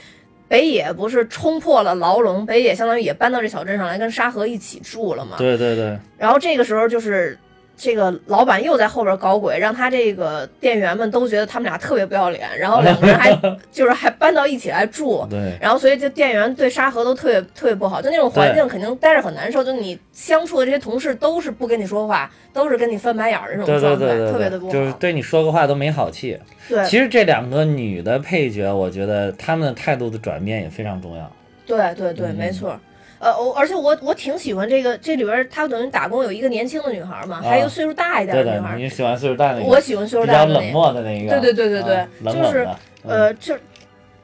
北野不是冲破了牢笼，北野相当于也搬到这小镇上来跟沙河一起住了嘛，对对对然后这个时候就是这个老板又在后边搞鬼，让他这个店员们都觉得他们俩特别不要脸，哦然后两个人还 就是还搬到一起来住。对然后，所以这店员对沙河都特别特别不好，就那种环境肯定待着很难受。就你相处的这些同事都是不跟你说话，都是跟你翻白眼儿的这种对状对态，对特别对的不对，好。就是对你说个话都没好气。对其实这两个女的配角，我觉得她们的态度的转变也非常重要。对对嗯对，没错儿。呃，我而且我我挺喜欢这个这里边儿，他等于打工有一个年轻的女孩儿嘛，还有一个啊岁数大一点对儿的女的孩，儿。你喜欢岁数大那个，我喜欢岁数比大较的那个。冷漠的那个。对对对对对啊冷就冷是的。嗯呃，这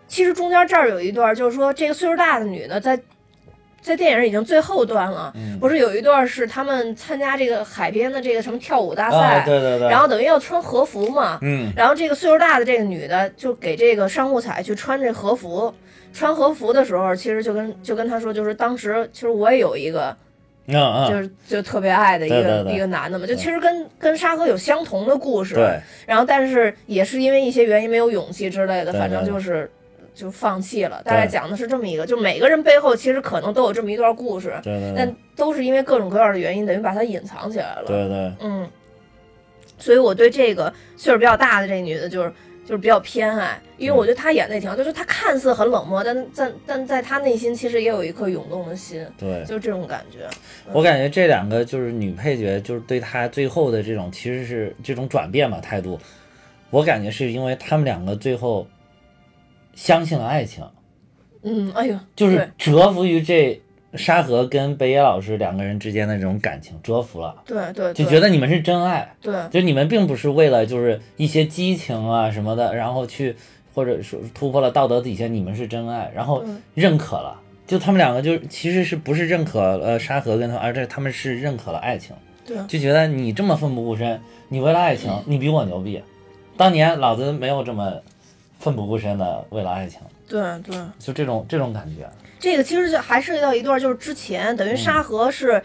其实中间这儿有一段，就是说这个岁数大的女的在在电影已经最后段了，嗯不是有一段是他们参加这个海边的这个什么跳舞大赛，啊，对对对，然后等于要穿和服嘛，嗯，然后这个岁数大的这个女的就给这个商户彩去穿这和服，穿和服的时候，其实就跟就跟她说，就是当时其实我也有一个，嗯嗯，就是就特别爱的一个对对对一个男的嘛，就其实跟跟沙河有相同的故事，对然后但是也是因为一些原因没有勇气之类的，对反正对就是就放弃了。大概讲的是这么一个，就每个人背后其实可能都有这么一段故事，对对对但都是因为各种各样的原因，等于把它隐藏起来了。对对，嗯，所以我对这个岁数比较大的这女的，就是。就是比较偏爱，因为嗯我觉得她演的也挺好，就是她看似很冷漠，但但但在她内心其实也有一颗涌动的心，对，就是这种感觉。我感觉这两个就是女配角，就是对她最后的这种其实是这种转变吧态度，我感觉是因为她们两个最后相信了爱情，嗯，哎呦，就是折服于这沙河跟北野老师两个人之间的这种感情，折服了，对对对，就觉得你们是真爱，对就你们并不是为了就是一些激情啊什么的，然后去或者说突破了道德底线，你们是真爱，然后嗯认可了。就他们两个就其实是不是认可呃沙河跟他，而是他们是认可了爱情。对就觉得你这么奋不顾身，你为了爱情，嗯你比我牛逼。当年老子没有这么奋不顾身的为了爱情，对对，就这种这种感觉。这个其实就还涉及到一段，就是之前等于沙嗯河是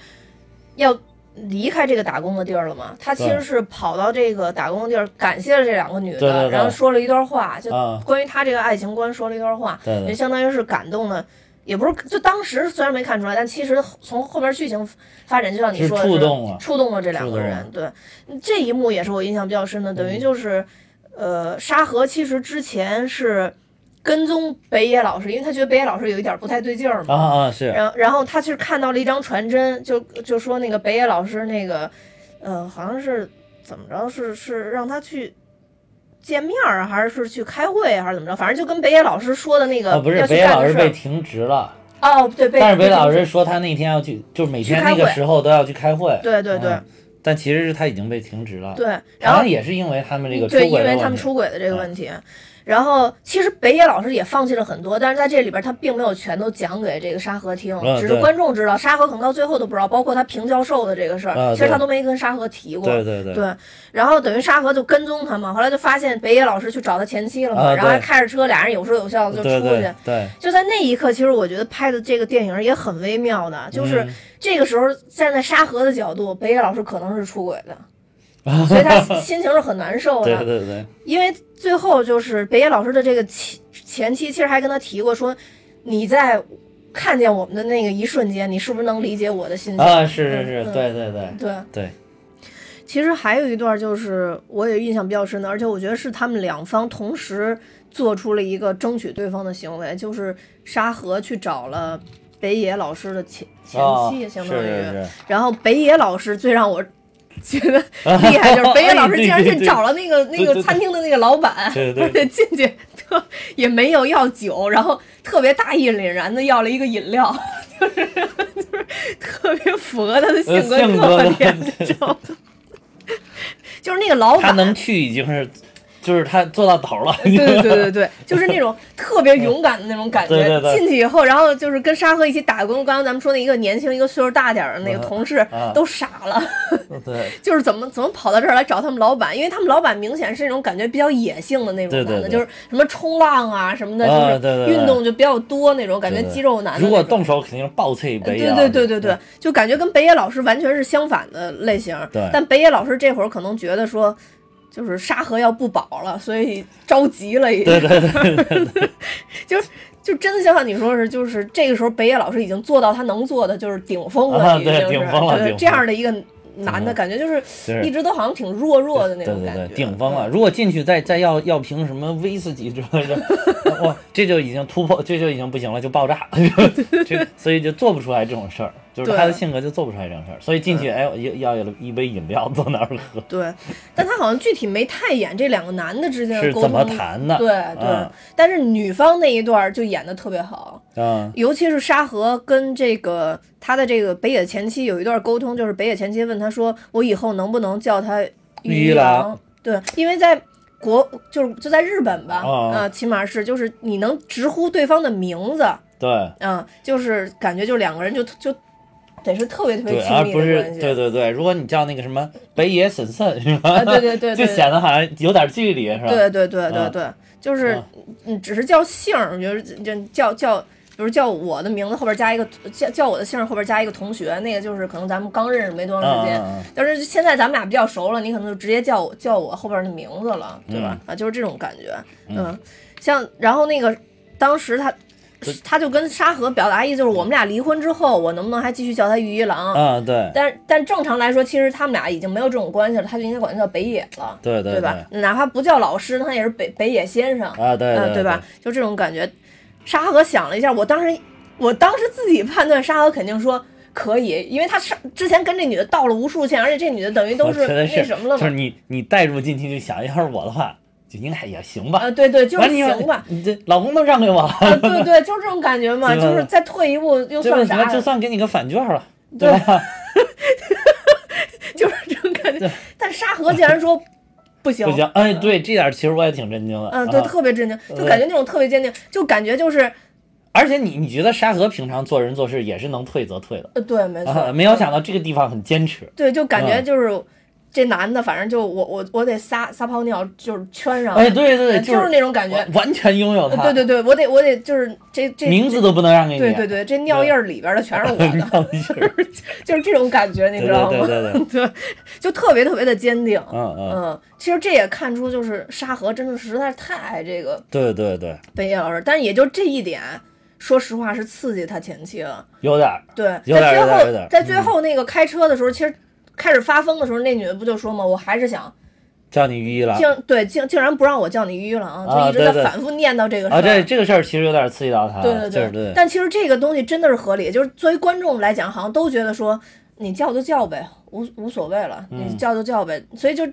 要离开这个打工的地儿了嘛，他其实是跑到这个打工的地儿，感谢了这两个女的，对对对然后说了一段话，就啊关于他这个爱情观说了一段话，对对也相当于是感动了。也不是，就当时虽然没看出来，但其实从后边剧情发展，就像你说的，是触动了嗯触动了这两触个动人。对，这一幕也是我印象比较深的，等于就是，呃，沙河其实之前是跟踪北野老师，因为他觉得北野老师有一点不太对劲儿嘛。啊啊是，然后，然后他去看到了一张传真，就就说那个北野老师那个，呃，好像是怎么着，是是让他去见面儿啊，还是去开会啊，还是怎么着？反正就跟北野老师说的那个、啊不是要去北野干老的师事被儿。停职了，哦，对，被但是北野被老师说他那天要去，就是每天去开那会个时候都要去开会。对对对、嗯但其实是他已经被停职了。对，好然后嗯像也是因为他们这个出对，轨因的为问他们题出轨的这个嗯问题。然后其实北野老师也放弃了很多，但是在这里边他并没有全都讲给这个沙河听，嗯只是对观众知道，沙河可能到最后都不知道，包括他平教授的这个事儿，啊其实他对都没跟沙河提过。对对对对，然后等于沙河就跟踪他嘛，后来就发现北野老师去找他前妻了嘛，啊然后还对开着车，俩人有说有笑的就出去。对对对，就在那一刻，其实我觉得拍的这个电影也很微妙的，就是嗯这个时候站在沙河的角度，北野老师可能是出轨的， 所以他心情是很难受对的。对对，因为最后就是北野老师的这个前前妻，其实还跟他提过说，你在看见我们的那个一瞬间，你是不是能理解我的心情？啊，是是是，嗯对对对对，对，其实还有一段就是我也印象比较深的，而且我觉得是他们两方同时做出了一个争取对方的行为，就是沙河去找了北野老师的前前啊，妻，是相是当于。是， 然后北野老师最让我 觉得厉 害，就是北野老师竟然去找了那个那对对对个餐厅的那个老板，对对而且 进去特也没有要酒，然后特别大义凛然的要了一个饮料， 就是就是特别符合他的性格呃性格特点，你知道吗？ 就是那个老他板，能去已经是，就是他做到头了。对对对对对，就是那 种特别勇敢的那种感觉。对对对进去以后，然后就是跟沙河一起打工，刚刚咱们说那一个年轻，一个岁数大点儿的那个嗯同事啊都傻了。 对就是怎么怎么跑到这儿来找他们老板，因为他们老板明显是那种感觉比较野性的那种对男的，对对就是什么冲浪啊什么的，啊就对是对对运动就比较多那种，感觉对对肌肉男的那种。呃如果动手肯定是暴脆啊对北野。对对对对，就感觉跟北野老师完全是相反的类型。对但北野老师这会儿可能觉得说，就是沙河要不保了，所以着急了已经。对对 对对对对，就真的就像你说是，就是这个时候北野老师已经做到他能做的，就是顶峰了，啊已经对是顶峰了对顶峰这样的一个男的，嗯感觉就是是一直都好像挺弱弱的那对种对感觉。嗯对，顶峰啊了。如果进去再再要要瓶什么威士忌之类 的，哇，这就已经突破，这就已经不行了， 就爆炸。这所以就做不出来这种事儿，就是对他的性格就做不出来这种事儿。所以进嗯去，哎，我要要一杯饮料坐那儿 喝，对，但他好像具体没太演这两个男的之间的是沟通怎么谈的？对对、嗯但是女方那一段儿就演的特别好，嗯尤其是沙河跟这个他的这个北野前妻有一段沟通，就是北野前妻问他说：“我以后能不能叫他玉一一郎郎？”对，因为在国就是就在日本吧，啊、哦起码是就是你能直呼对方的名字，啊、对。就是感觉就两个人就就得是特别特别对，亲而密不的是关系。对对对，如果你叫那个什么北野神圣是吧？啊对对对对 就显得好像有点距离是吧？对对对对啊对，就是啊你只是叫姓儿，比如就叫叫，比如叫我的名字后边加一个叫叫我的姓儿后边加一个同学，那个就是可能咱们刚认识没多长时间。嗯嗯嗯但是现在咱们俩比较熟了，你可能就直接叫我叫我后边的名字了，嗯对吧？啊，就是这种感觉，嗯，像然后那个当时他。他就跟沙河表达意思就是，我们俩离婚之后，我能不能还继续叫他玉一郎？啊，对但但正常来说，其实他们俩已经没有这种关系了，他就应该管他叫北野了，对对对吧？哪怕不叫老师，他也是北北野先生，啊，对呃对对吧？？就这种感觉。沙河想了一下，我当时我当时自己判断，沙河肯定说可以，因为他上之前跟这女的道了无数歉，而且这女的等于都我是觉得那是什么了就是嘛。你你带入进去就想，要是我的话，就应该也行吧啊，。对对，就是完你行 吧，，你这老公都让给我了，啊，对对，就是这种感觉 嘛，对就吧是再退一步又这算为什啥么呀？就算给你个返券了，对对吧？ 就是这种感觉对。但沙河竟然说不行，不行，哎，对这点其实我也挺震惊的。嗯，对，啊特别震惊，就对感觉那种特别坚定，就感觉就是，而且你你觉得沙河平常做人做事也是能退则退的呃，对，没错啊，，没有想到这个地方很坚持。对，就感觉嗯就是这男的，反正就我我我得撒撒泡尿，就是圈上，哎，对对呃对，就是那种感觉完，完全拥有呃他，对对对，我得我得就是这这名字都不能让给你。对对对，这尿印儿里边的全是我 的，对就是这种感觉，你对知道吗？对对对， 对，就特别特别的坚定。嗯嗯，嗯，其实这也看出，就是沙河真的实在是太爱这个对对对，北野老师，但是也就这一点，说实话是刺激他前妻了。有点儿对，有在点最有点有后点嗯在最后那个开车的时候，其实开始发疯的时候，那女的不就说嘛，我还是想叫你御医了竟对竟竟然不让我叫你玉玉郎，啊就一直在对对反复念叨这 个事儿。啊，这这个事儿其实有点刺激到他了，对对就是对对，但其实这个东西真的是合理，就是作为观众来讲，好像都觉得说你叫就叫呗，无无所谓了，嗯你叫就叫呗。所以就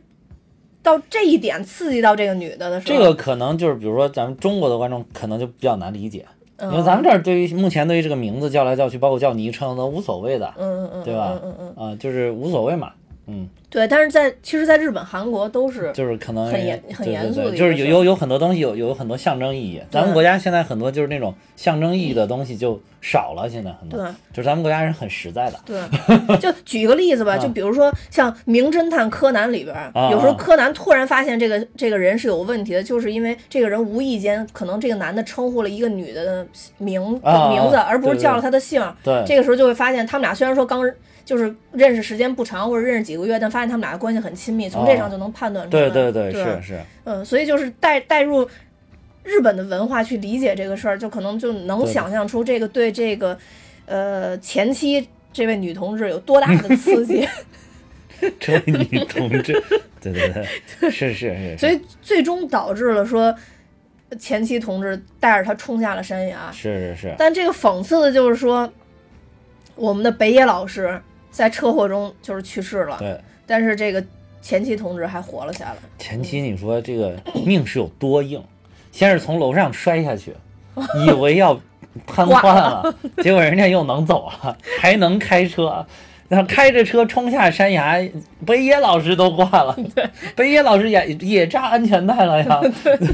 到这一点刺激到这个女的的时候，这个可能就是，比如说咱们中国的观众可能就比较难理解，嗯因为咱们这儿对于目前对于这个名字叫来叫去，包括叫昵称都无所谓的，嗯嗯嗯，对吧嗯嗯嗯，啊，就是无所谓嘛，嗯，对，但是在其实，在日本、韩国都是就是可能很严对很对严肃对的一就是个有事儿有有很多东西有有很多象征意义。咱们对国家现在很多就是那种象征意义的东西就少了，现在很多对，就是咱们国家人很实在的。对，就举一个例子吧，啊就比如说像《名侦探柯南》里边儿，啊有时候啊柯南突然发现这个这个人是有问题的，就是因为这个人无意间可能这个男的称呼了一个女的的名啊啊的名字，而不是对对叫了她的姓儿。对，这个时候就会发现，他们俩虽然说刚就是认识时间不长，或者认识几个月，但发现他们俩的关系很亲密，从这啊上就能判断出来。对对对，对是 是，嗯，所以就是带带入日本的文化去理解这个事儿，就可能就能对的想象出这个对这个呃前妻这位女同志有多大的刺 激。这位女同志，对对 对，是是是，所以最终导致了说前妻同志带着他冲下了山崖。是是是，但这个讽刺的就是说，我们的北野老师在车祸中就是去世了，对。但是这个前妻同志还活了下来。前期你说这个命是有多硬，先是从楼上摔下去，以为要瘫痪了，结果人家又能走了，还能开车，然后开着车冲下山崖，北野老师都挂 了，北野老师也也扎安全带了呀，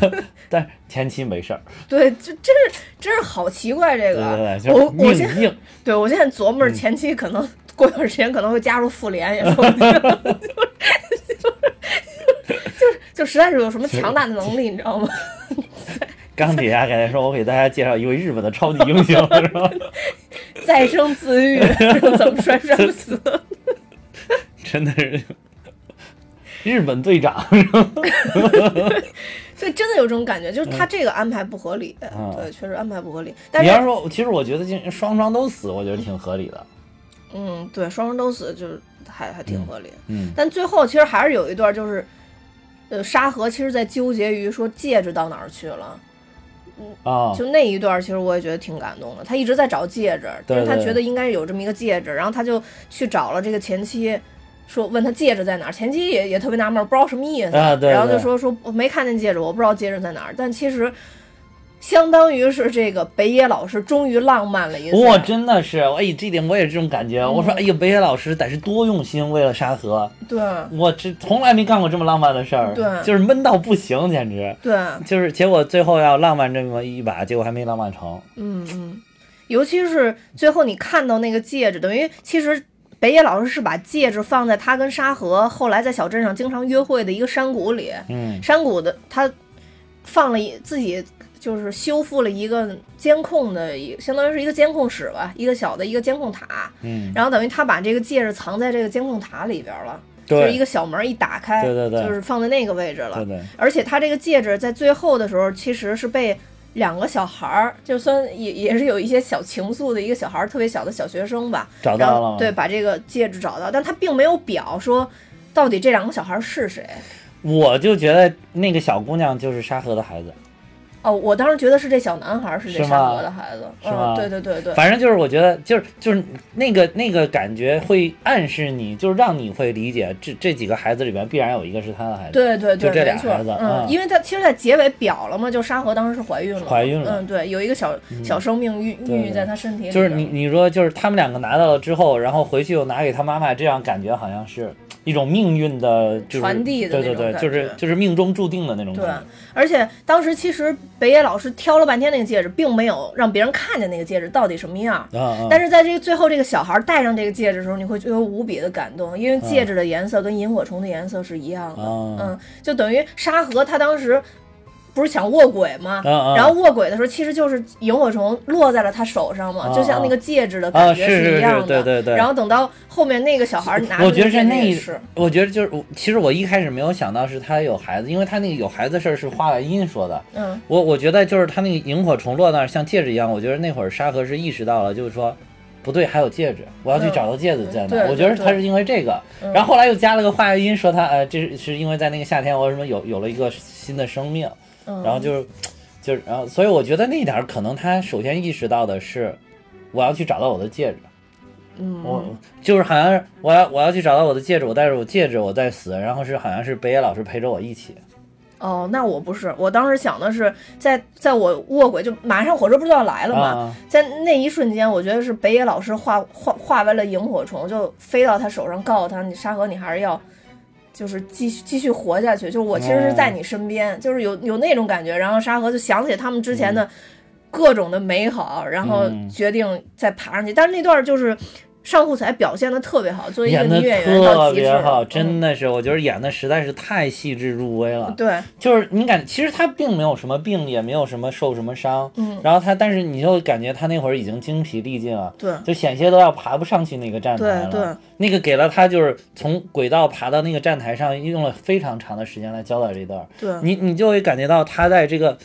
但前期没事儿，对，这真是真是好奇怪这对个。啊对对，我就我是现命硬，对，我现在琢嗯磨着前期可能过段时间可能会加入妇联，也说不定， 就是就是就实在是有什么强大的能力，你知道吗？钢铁侠刚才说，我给大家介绍一位日本的超级英雄，是吧？ 再生自愈，怎么摔摔不死？真的是日本队长，所以真的有这种感觉，就是他这个安排不合理，嗯对，确实安排不合理。但你要是，说，其实我觉得今双双都死，我觉得挺合理的。嗯，对，双双都死，就是还还挺合理。嗯，但最后其实还是有一段，就是，呃，沙河其实在纠结于说戒指到哪儿去了。啊，就那一段，其实我也觉得挺感动的。他一直在找戒指，对但是他对觉得应该有这么一个戒指，然后他就去找了这个前妻，说问他戒指在哪儿。前妻也也特别纳闷儿，不知道什么意思，啊对然后就对说说我没看见戒指，我不知道戒指在哪儿。但其实，相当于是这个北野老师终于浪漫了一次。哇，真的是，哎，这点我也是这种感觉。嗯我说，哎呀，北野老师得是多用心，为了沙河，对我这从来没干过这么浪漫的事儿，对就是闷到不行，简直对，嗯就是。结果最后要浪漫这么一把，结果还没浪漫成。嗯嗯，尤其是最后你看到那个戒指，等于其实。北野老师是把戒指放在他跟沙河后来在小镇上经常约会的一个山谷里，嗯，山谷的他放了一自己就是修复了一个监控的一，相当于是一个监控室吧，一个小的一个监控塔。嗯，然后等于他把这个戒指藏在这个监控塔里边了，就对是一个小门一打开，对对对就是放在那个位置了。对对，而且他这个戒指在最后的时候，其实是被两个小孩儿，就算也也是有一些小情愫的一个小孩儿，特别小的小学生吧，找然到后了。对，，把这个戒指找到，但他并没有表说到底这两个小孩儿是谁。我就觉得那个小姑娘就是沙河的孩子，哦，我当时觉得是这小男孩儿是这是沙吗河的孩子，是吗嗯，对对对对， 反正就是我觉得就是就是那个那个感觉会暗示你，就是让你会理解这这几个孩子里边必然有一个是他的孩子。对对对，就这俩没错孩子嗯，嗯因为他其实，在结尾表了嘛，就沙河当时是怀孕了，怀孕了嗯，对，有一个小小生命孕对孕育对在他身体里边，就是你你说就是他们两个拿到了之后，然后回去又拿给他妈妈，这样感觉好像是一种命运的、就是、传递的那对种对感对，觉就是就是命中注定的那种对感觉。，而且当时其实北野老师挑了半天那个戒指，并没有让别人看见那个戒指到底什么样儿。啊啊！但是在这个最后，这个小孩儿戴上这个戒指的时候，你会觉得无比的感动，因为戒指的颜色跟萤火虫的颜色是一样的。嗯啊嗯，就等于沙河他当时不是想卧轨吗？嗯嗯然后卧轨的时候，其实就是萤火虫落在了他手上嘛，嗯就像那个戒指的啊感觉是是一是样的。对对对然后等到后面那个小孩儿拿着我觉得戒是指那也一是，，我觉得就是我，其实我一开始没有想到是他有孩子，因为他那个有孩子的事儿是花外音说的。嗯，我我觉得就是他那个萤火虫落那儿像戒指一样，我觉得那会儿沙河是意识到了，就是说不对，还有戒指，我要去嗯找到戒指在嗯哪对儿。我觉得对对嗯他是因为这个，然后后来又加了个话外音说他呃，这是是因为在那个夏天我什么有有了一个新的生命，嗯然后就是就是然后所以我觉得那点儿可能他首先意识到的是我要去找到我的戒指。嗯我就是好像是我要我要去找到我的戒指，我带着我戒指我在死，然后是好像是北野老师陪着我一起，哦，那我不是，我当时想的是在在我卧轨，就马上火车不是就要来了嘛，啊，在那一瞬间，我觉得是北野老师画画画完了萤火虫，就飞到他手上，告诉他，你沙河你还是要，就是继续继续活下去。就是我其实是在你身边，就是有有那种感觉。然后沙河就想起他们之前的各种的美好，然后嗯决定再爬上去。但是那段就是上户彩表现的特别好，作为一个演的女演员到极特致别了，好，嗯真的是，我觉得演的实在是太细致入微了。嗯对，就是你感，其实他并没有什么病，也没有什么受什么伤，嗯，然后他，但是你就感觉他那会儿已经精疲力尽了，对就险些都要爬不上去那个站台了。对对，那个给了他就是从轨道爬到那个站台上，用了非常长的时间来交代这段儿。对，你你就会感觉到他在这个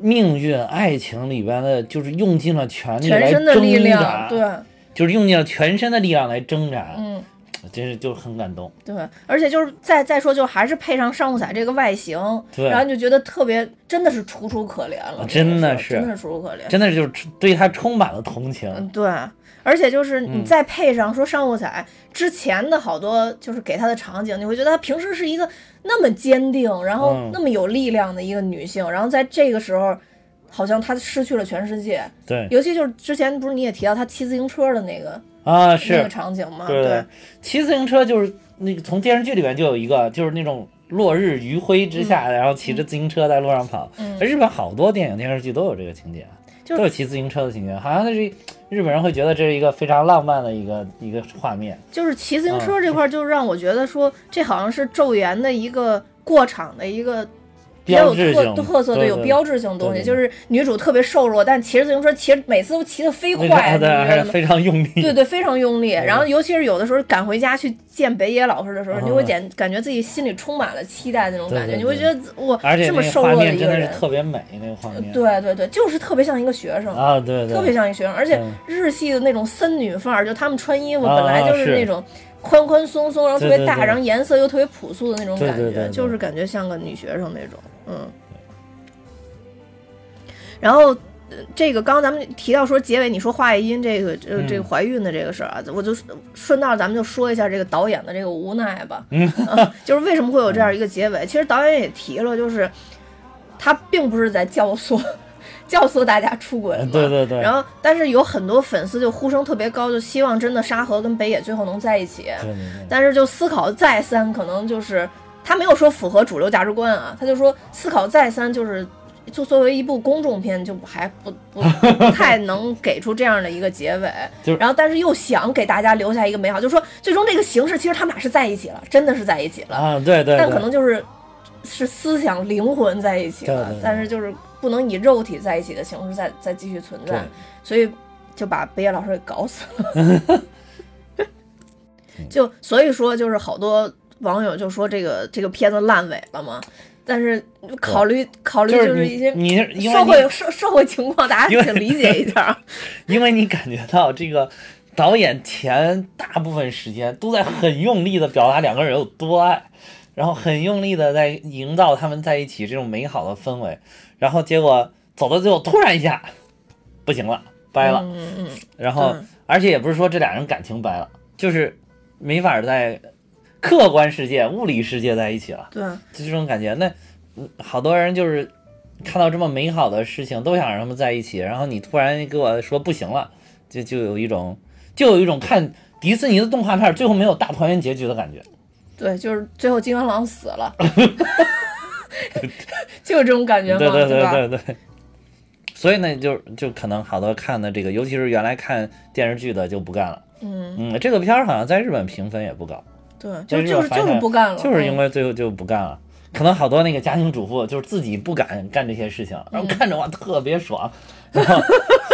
命运、爱情里边的，就是用尽了全力全来身的力挣量，扎，对，就是用尽了全身的力量来挣扎，嗯。真是就很感动。对，而且就是再再说，就还是配上上户彩这个外形，对啊然后你就觉得特别，真的是楚楚可怜了，真的是，是真的是楚楚可怜。真的就是充对他充满了同情，嗯，对，而且就是嗯你再配上说上户彩之前的好多，就是给她的场景，你会觉得她平时是一个那么坚定，然后嗯那么有力量的一个女性，然后在这个时候，好像她失去了全世界。对尤其就是之前不是你也提到她骑自行车的那个啊，那个是，场景吗？对对，骑自行车就是那个从电视剧里面就有一个，就是那种落日余晖之下，然后骑着自行车在路上跑。嗯日本好多电影电视剧都有这个情节，啊就都有骑自行车的情节，好像那是日本人会觉得这是一个非常浪漫的一个一个画面。就是骑自行车嗯这块，就让我觉得说，这好像是昼颜的一个过场的一个比较有标志特性特色的、对有对标志性的东西。对对就是女主特别瘦弱，但骑着自行车骑，每次都骑得飞那个快，啊对，你还觉是得吗？非常用力。对对，非常用力。然后，尤其是有的时候赶回家去见北野老师的时候，嗯你会感感觉自己心里充满了期待那种感觉，对对对你会觉得我而且这那么个瘦画弱的面一真个的是人，呃特别美，那个画面。对对对，就是特别像一个学生。 啊，对对，特别像一学生，而且嗯日系的那种森女范儿，就他们穿衣服啊本来就是那种宽宽松松，然后特别对对大，对然后颜色又特别朴素的那种感对对对觉，对就是感觉像个女学生那种，嗯。然后呃这个刚刚咱们提到说结尾，你说华语音这个这个嗯这个怀孕的这个事儿啊，我就顺道咱们就说一下这个导演的这个无奈吧，嗯啊 就是为什么会有这样一个结尾？其实导演也提了，就是他并不是在教唆 教唆大家出轨嘛，呃对对对然后，但是有很多粉丝就呼声特别高，就希望真的沙河跟北野最后能在一起。对对对但是就思考再三，可能就是他没有说符合主流价值观啊，他就说思考再三，就是就作为一部公众片，就还不不不太能给出这样的一个结尾 就是。然后，但是又想给大家留下一个美好，就说最终这个形式其实他们俩是在一起了，真的是在一起了，啊，对对，但对可能就是是思想灵魂在一起了对对对，但是就是不能以肉体在一起的形式再再继续存对在。所以就把北野老师给搞死了。 就所以说，就是好多网友就说这个这个片子烂尾了嘛。但是考虑考虑就就是是一些你你是因为社你会社社会情况，大因家为请理解一 下。因为你感觉到这个导演前大部分时间都在很用力的表达两个人有多爱，然后很用力的在营造他们在一起这种美好的氛围，然后结果走到最后突然一下不行了，掰了，嗯嗯然后对而且也不是说这俩人感情掰了，就是没法在客观世界、物理世界在一起了。嗯，就这种感觉。那嗯好多人就是看到这么美好的事情，都想让他们在一起，然后你突然给我说不行了，就就有一种就有一种看迪士尼的动画片最后没有大团圆结局的感觉。对对，就是最后金刚狼死 了， 就有这种感觉对嘛，对吧？对对 对。所以呢，就就可能好多看的这个，尤其是原来看电视剧的就不干了。嗯，嗯，这个片儿好像在日本评分也不高，对，在就日就本是反就响是不干了，就是因嗯为最后就不干了。可能好多那个家庭主妇就是自己不敢干这些事情，嗯然后看着哇特别爽，然后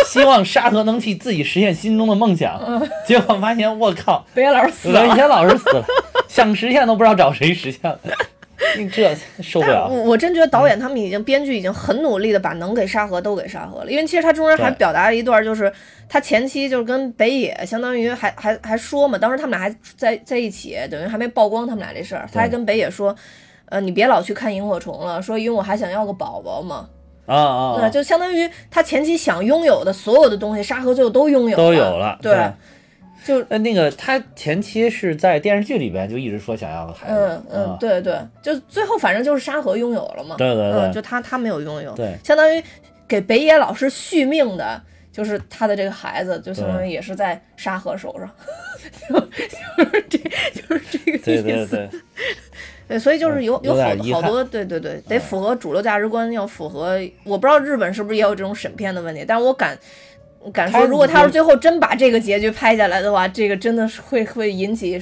希望沙河能替自己实现心中的梦想，结果发现我靠，北野老师嗯死了 以。前老是死了，想实现都不知道找谁实现了，你这受不但了。嗯我我真觉得导演他们已经编剧已经很努力的把能给沙河都给沙河了，因为其实他中间还对表达了一段，就是他前期就是跟北野相当于还还还说嘛，当时他们俩还在在一起，等于还没曝光他们俩这事儿，他还跟北野说。呃，你别老去看萤火虫了，说因为我还想要个宝宝嘛，啊啊对，啊，就相当于他前期想拥有的所有的东西，沙河最后都拥有都有了。对，就那那个他前期是在电视剧里边就一直说想要个孩子嗯，嗯，啊对对，就最后反正就是沙河拥有了嘛。对对对嗯，就他他没有拥有，对相当于给北野老师续命的，就是他的这个孩子，就相当于也是在沙河手上， 就就是这 就是这个意思。对对对，对所以就是有嗯有好点遗多好憾嗯多，对对对，得符合主流价值观，要符合。我不知道日本是不是也有这种审片的问题，但是我敢敢说，他如果他你要是最后真把这个结局拍下来的话，这个真的是会会引起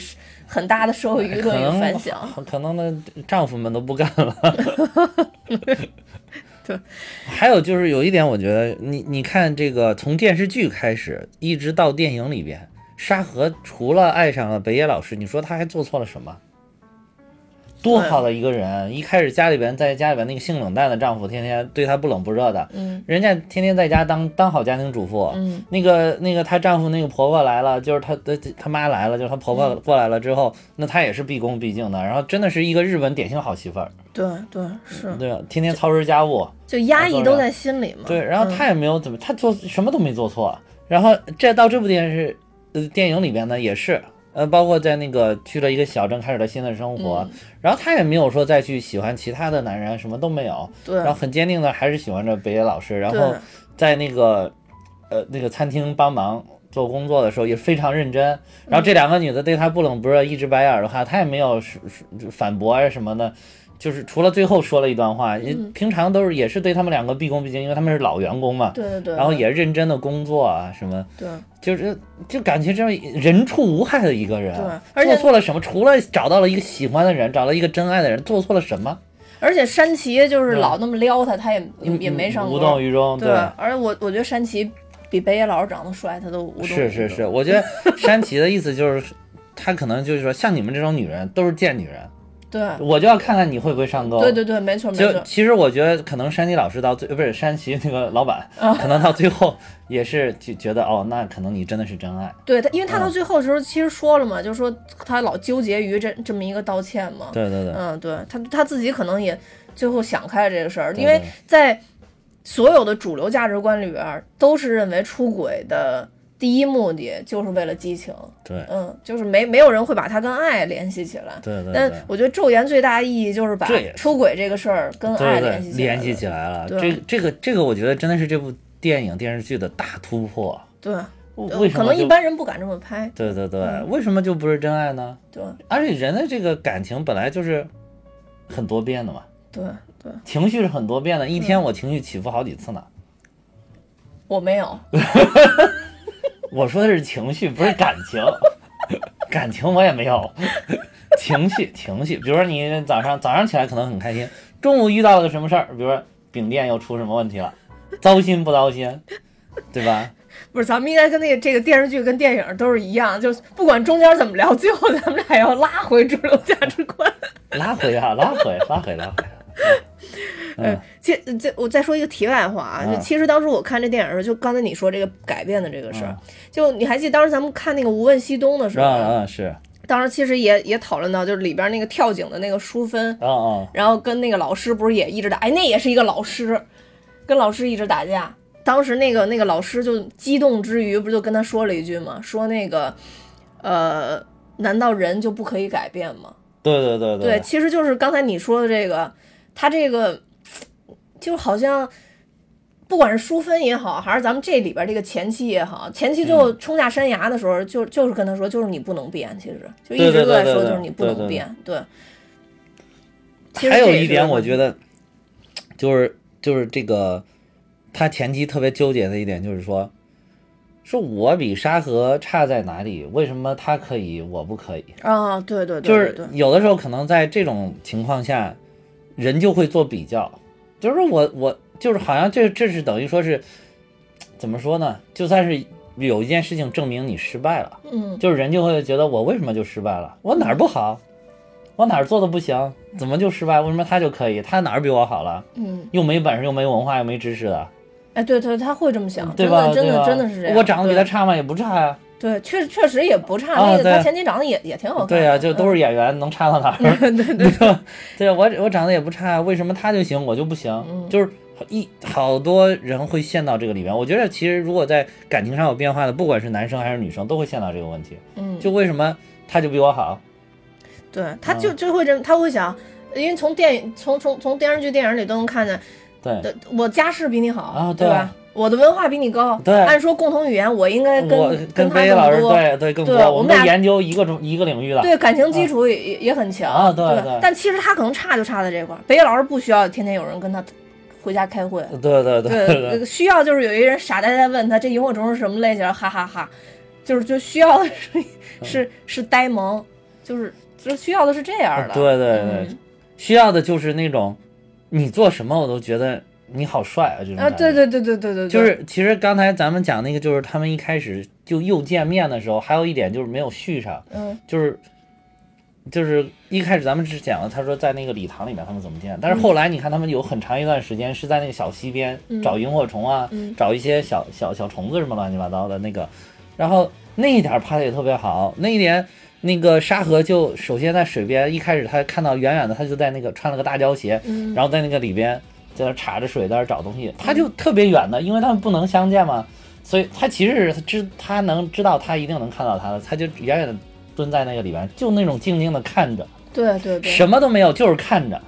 很大的社会舆哎可论与能反响。可能那丈夫们都不干了。对，还有就是有一点，我觉得你你看这个从电视剧开始一直到电影里边，沙河除了爱上了北野老师，你说他还做错了什么？多好的一个人！一开始家里边在家里边那个性冷淡的丈夫，天天对她不冷不热的，嗯，人家天天在家当当好家庭主妇，嗯，那个那个她丈夫那个婆婆来了，就是她的她妈来了，就是她婆婆嗯过来了之后，那她也是毕恭毕敬的，然后真的是一个日本典型好媳妇儿，对嗯对是，对吧？天天操持家务，就压抑当都然在心里嘛。对，然后嗯她也没有怎么，她做什么都没做错，然后这到这部电视呃电影里边呢也是。呃，包括在那个去了一个小镇，开始了新的生嗯活，然后她也没有说再去喜欢其他的男人，什么都没有，对然后很坚定的还是喜欢着北野老师，然后对在那个呃那个餐厅帮忙做工作的时候也非常认真。嗯然后这两个女的对他不冷不热，一直白眼儿的话，他也没有是是反驳啊什么的，就是除了最后说了一段话，也嗯平常都是也是对他们两个毕恭毕敬，因为他们是老员工嘛。对对对，然后也认真的工作啊，什么对就是就感觉这样人畜无害的一个人，对而且做错了什么？除了找到了一个喜欢的人，找到一个真爱的人，做错了什么？而且山崎就是老那么撩他，他也也也没上嗯无过。动于衷，对，而且我我觉得山崎比北野老师长得帅，他都无动于衷。是是是，我觉得山崎的意思就是， 他可能就是说，像你们这种女人都是贱女人，对我就要看看你会不会上钩。对对对，没错没就错，其实我觉得，可能山崎老师到最呃不是山崎那个老板，啊可能到最后也是就觉得哦，那可能你真的是真爱。对他，因为他嗯到最后的时候其实说了嘛，就是说他老纠结于这这么一个道歉嘛。对对对，嗯，对他他自己可能也最后想开了这个事儿，对因为对在所有的主流价值观里边儿，都是认为出轨的第一目的就是为了激情，对嗯，就是没没有人会把它跟爱联系起来。对对但对。我觉得《昼颜》最大的意义就是把这也是出轨这个事儿跟爱对对联系，起来联系起来了。对这个这个这个，我觉得真的是这部电影电视剧的大突破。对，呃为什可么能一就？般人嗯不敢这么拍。对对对，为什么就不是真爱呢？对而且人的这个感情本来就是很多变的嘛，对对，情绪是很多变的，一嗯天我情绪起伏好几次呢。我没有，我说的是情绪，不是感情， 感情我也没有。 情绪，情绪，比如说你早上早上起来可能很开心，中午遇到了个什么事儿，比如说饼店又出什么问题了，糟心不糟心，对吧？不是，咱们应该跟那个这个电视剧跟电影都是一样，就是不管中间怎么聊，最后咱们俩要拉回主流价值观。 拉回啊，拉回，拉回，拉回。嗯，其这我再说一个题外话啊，嗯就其实当时我看这电影的时候，就刚才你说这个改变的这个事儿嗯，就你还记得当时咱们看那个《无问西东》的时是啊，候，嗯是，当时其实也也讨论到，就是里边那个跳井的那个淑芬，嗯嗯，然后跟那个老师不是也一直打，哎，那也是一个老师，跟老师一直打架。当时那个那个老师就激动之余，不就跟他说了一句吗？说那个，呃，难道人就不可以改变吗？对对对对，其实就是刚才你说的这个，他这个就好像，不管是淑芬也好，还是咱们这里边这个前妻也好，前妻最后嗯冲下山崖的时候，就就是跟他说，就是你不能变，其实就一对直对都在对说，对就是你不对能对变，对。其实还有这也一是点，我觉问得就是就是这个，他前期特别纠结的一点就是说，说我比沙河差在哪里？为什么他可以，我不可以？题啊，对对对，就对是对有的时候可能在这种情况下，人就会做比较，就是说我我就是好像这这是等于说是怎么说呢？就算是有一件事情证明你失败了，嗯，就是人就会觉得我为什么就失败了？我哪儿不好？我哪儿做的不行？怎么就失败？为什么他就可以？他哪儿比我好了？嗯，又没本事，又没文化，又没知识的，哎，对对，他会这么想，对真吧？的真对的吧真的是这样。我长得比他对差吗？也不差呀、对，确确实也不差，啊那个他对前妻长得也也挺好看的，嗯对呀、啊就都是演员，能 嗯差到哪儿？对对对，我我长得也不差，为什么他就行，我就不行？就是一好多人会陷到这个里面。我觉得其实如果在感情上有变化的，不管是男生还是女生，都会陷到这个问题。嗯，就为什么他就比我好？嗯对，他就就会这么，他会想，因为从电影从从从电视剧、电影里都能看见，对，呃我家世比你好，啊对对吧？我的文化比你高，对按说共同语言，我应该跟我跟跟他飞老更师多，对对更对多，我我们们俩都研究一个种一个领域的。对感情基础也、也也很强啊对对对但其实他可能差就差在这块儿，北野老师不需要天天有人跟他回家开会，对对 对对对， 需要就是有一个人傻呆呆问他这萤火虫是什么类型，哈哈哈就是就需要的是嗯是是呆萌，就是就是需要的是这样的，啊对对对嗯，需要的就是那种你做什么我都觉得你好帅啊这种啊，感觉。对对对对对对，就是其实刚才咱们讲那个，就是他们一开始就又见面的时候，还有一点就是没有续上，嗯就是就是一开始咱们只讲了，他说在那个礼堂里面他们怎么见，但是后来你看他们有很长一段时间是在那个小溪边嗯找萤火虫啊，嗯找一些小小小虫子什么乱七八糟的那个，然后那一点儿拍的也特别好，那一点。那个沙河就首先在水边，一开始他看到远远的，他就在那个穿了个大胶鞋，嗯然后在那个里边在那插着水，在那找东西，他就特别远的，因为他们不能相见嘛，所以他其实是知他能知道他一定能看到他的，他就远远的蹲在那个里边，就那种静静的看着，对对对，什么都没有，就是看着，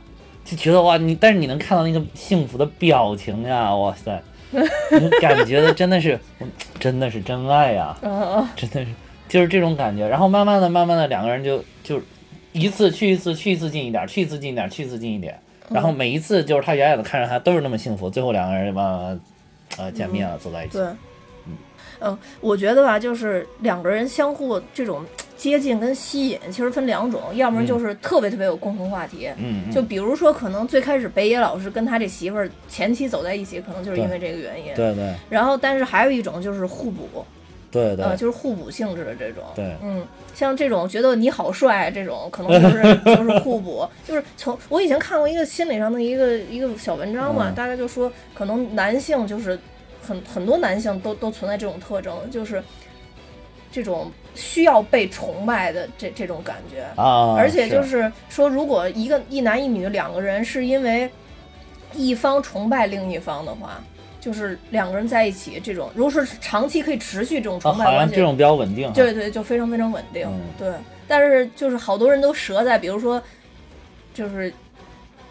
就觉得哇你，但是你能看到那个幸福的表情呀，哇 塞，你感觉的真的是真的是真爱呀，嗯嗯真的是就是这种感觉，然后慢慢的慢慢的两个人就就一次去一次去一次近一点，去一次近一点，去一次近一点。嗯然后每一次就是他远远的看着他都是那么幸福，最后两个人就慢慢慢慢呃见面了，走在一起。对，嗯，我觉得吧，就是两个人相互这种接近跟吸引，其实分两种，要么嗯就是特别特别有共同话题，嗯，嗯就比如说可能最开始北野老师跟他这媳妇儿前期走在一起，可能就是因对为这个原因。对对然后，但是还有一种就是互补，对对，呃，就是互补性质的这种。对嗯，像这种觉得你好帅这种，可能就是 就是互补，就是从我以前看过一个心理上的一个一个小文章嘛，嗯大概就说可能男性就是很很多男性都都存在这种特征，就是这种需要被崇拜的这这种感觉。啊，而且就是是说，如果一个一男一女两个人是因为一方崇拜另一方的话，就是两个人在一起这种，如果是长期可以持续这种啊，崇拜好关像这系，种比较稳定哈。啊对对，就非常非常稳定。嗯对，但是就是好多人都折在，比如说，就是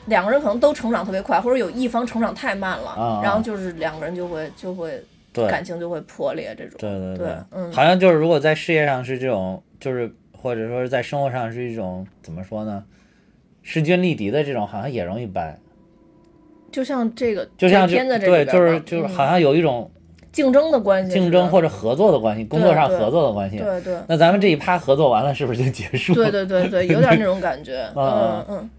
两个人可能都成长特别快，或者有一方成长太慢了，啊啊然后就是两个人就会就会对感情就会破裂这种。对对对嗯好像就是如果在事业上是这种，就是或者说是在生活上是一种怎么说呢，势均力敌的这种，好像也容易掰。就像这个，就像这片子就这里对，边就是吧就是嗯好像有一种竞争的关系是吧，竞争或者合作的关系，工作上对合作的关系。对对。那咱们这一趴合作完了，是不是 就结束？对，对对对，有点那种感觉。嗯 啊嗯，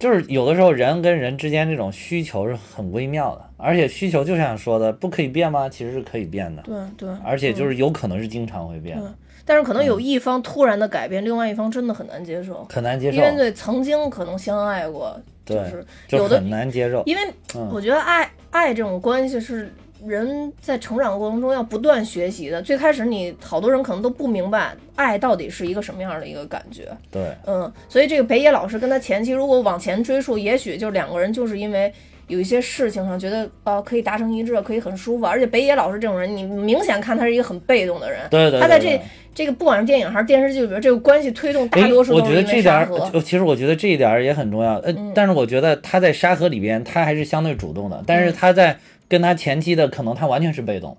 就是有的时候人跟人之间这种需求是很微妙的，而且需求就像说的，不可以变吗？其实是可以变的，对对。而且就是有可能是经常会变的，嗯但是可能有一方突然的改变，另外一方真的很难接受，很难接受因，为对曾经可能相爱过，就对是就有的很，难接受。因为嗯我觉得爱爱这种关系是。人在成长过程中要不断学习的。最开始你好多人可能都不明白爱到底是一个什么样的一个感觉，对，嗯，所以这个北野老师跟他前妻如果往前追溯，也许就两个人就是因为有一些事情上觉得呃可以达成一致，可以很舒服。而且北野老师这种人，你明显看他是一个很被动的人。对对他在对这对这个不管是电影还是电视剧里边，这个关系推动大哎，多数我都觉是得因为这点沙儿，盒。嗯呃其实我觉得这一点儿也很重要。呃，但是我觉得他在沙河里边，他还是相对主动的，但嗯是他在跟他前妻的，可能他完全是被动的。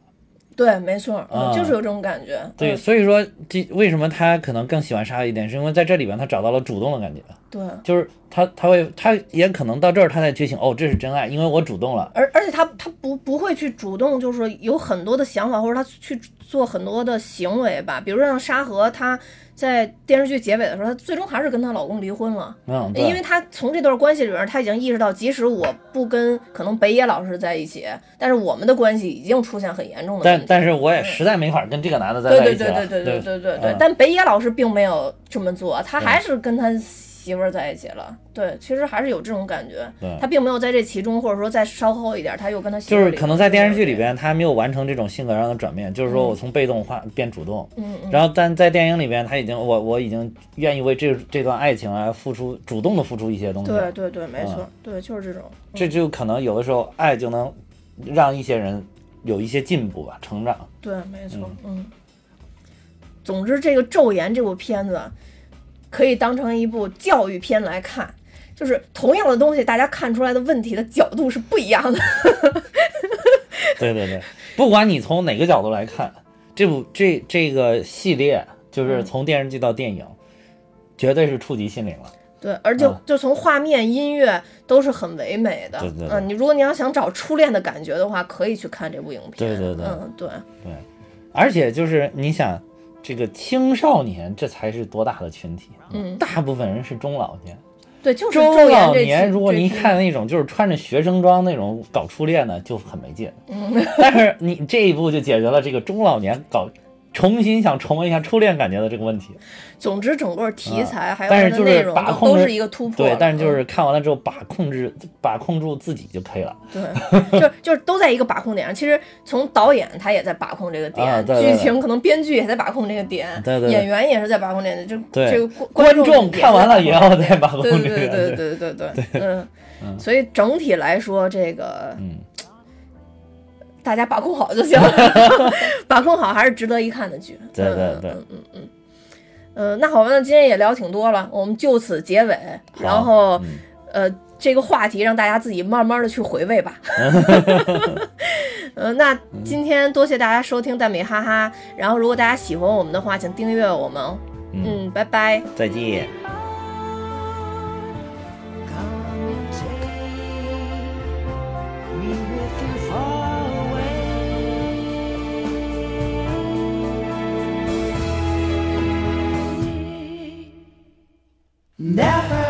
对，没错，嗯啊就是有这种感觉。对，嗯所以说这为什么他可能更喜欢沙河一点，是因为在这里边他找到了主动的感觉，对，就是他他会他也可能到这儿他才觉醒，哦，这是真爱，因为我主动了。而而且他他不不会去主动，就是说有很多的想法，或者他去做很多的行为吧。比如说像沙河，她在电视剧结尾的时候，她最终还是跟她老公离婚了。嗯，对因为她从这段关系里边，她已经意识到，即使我不跟可能北野老师在一起，但是我们的关系已经出现很严重的问但题。但是我也实在没法跟这个男的再嗯对在对一起对对了。对对对对对嗯，但北野老师并没有这么做，他还是跟他媳妇儿在一起了。对，其实还是有这种感觉对。他并没有在这其中，或者说再稍后一点，他又跟他媳妇就儿是离可婚能在电视剧里，边，他没有完成这种性格上的转变，就是说我从被动化变主动。嗯嗯，然后，但在电影里边，他已经我我已经愿意为这这段爱情来付出，主动的付出一些东西。对嗯对对，没嗯错，对，就是这种。这就可能有的时候爱就能让一些人有一些进步吧，成长。对，没错，嗯。总之，这个《昼颜》这部片子可以当成一部教育片来看，就是同样的东西，大家看出来的问题的角度是不一样的。对对对，不管你从哪个角度来看，这部这这个系列嗯就是从电视剧到电影，绝对是触及心灵了。对，而且啊就从画面、音乐都是很唯美的。对对对嗯，你如果你要想找初恋的感觉的话，可以去看这部影片。对对对嗯，对，而且就是你想，这个青少年这才是多大的群体？啊嗯大部分人是中老年。对，就是中昼颜老这年，期如果这你一期看那种就是穿着学生装那种搞初恋的，就很没劲。嗯但是你这一步就解决了这个中老年搞重新想重温一下初恋感觉的这个问题。总之整个题材还有啊它但是的就内是容把都控都制是一个突破了。对，但是就嗯是看完了之后把控制把控住自己就可以了。嗯对，就是就是都在一个把控点上。其实从导演他也在把控这个点，啊对对对剧情可能编剧也在把控这个点，对对对演员也是在把控这个点，就对这个观观观众看完了也要再把控对这对对个。对对对对对，嗯，所以整体来说，这个嗯大家把控好就行， 把控好还是值得一看的剧。对对嗯对嗯嗯嗯嗯，呃，那好吧，那今天也聊挺多了，我们就此结尾，好然后、嗯呃，这个话题让大家自己慢慢的去回味吧。 嗯，那今天多谢大家收听蛋美哈哈，然后如果大家喜欢我们的话，请订阅我们哦。嗯，嗯，拜拜。再见。 Come and take me with you far away. Never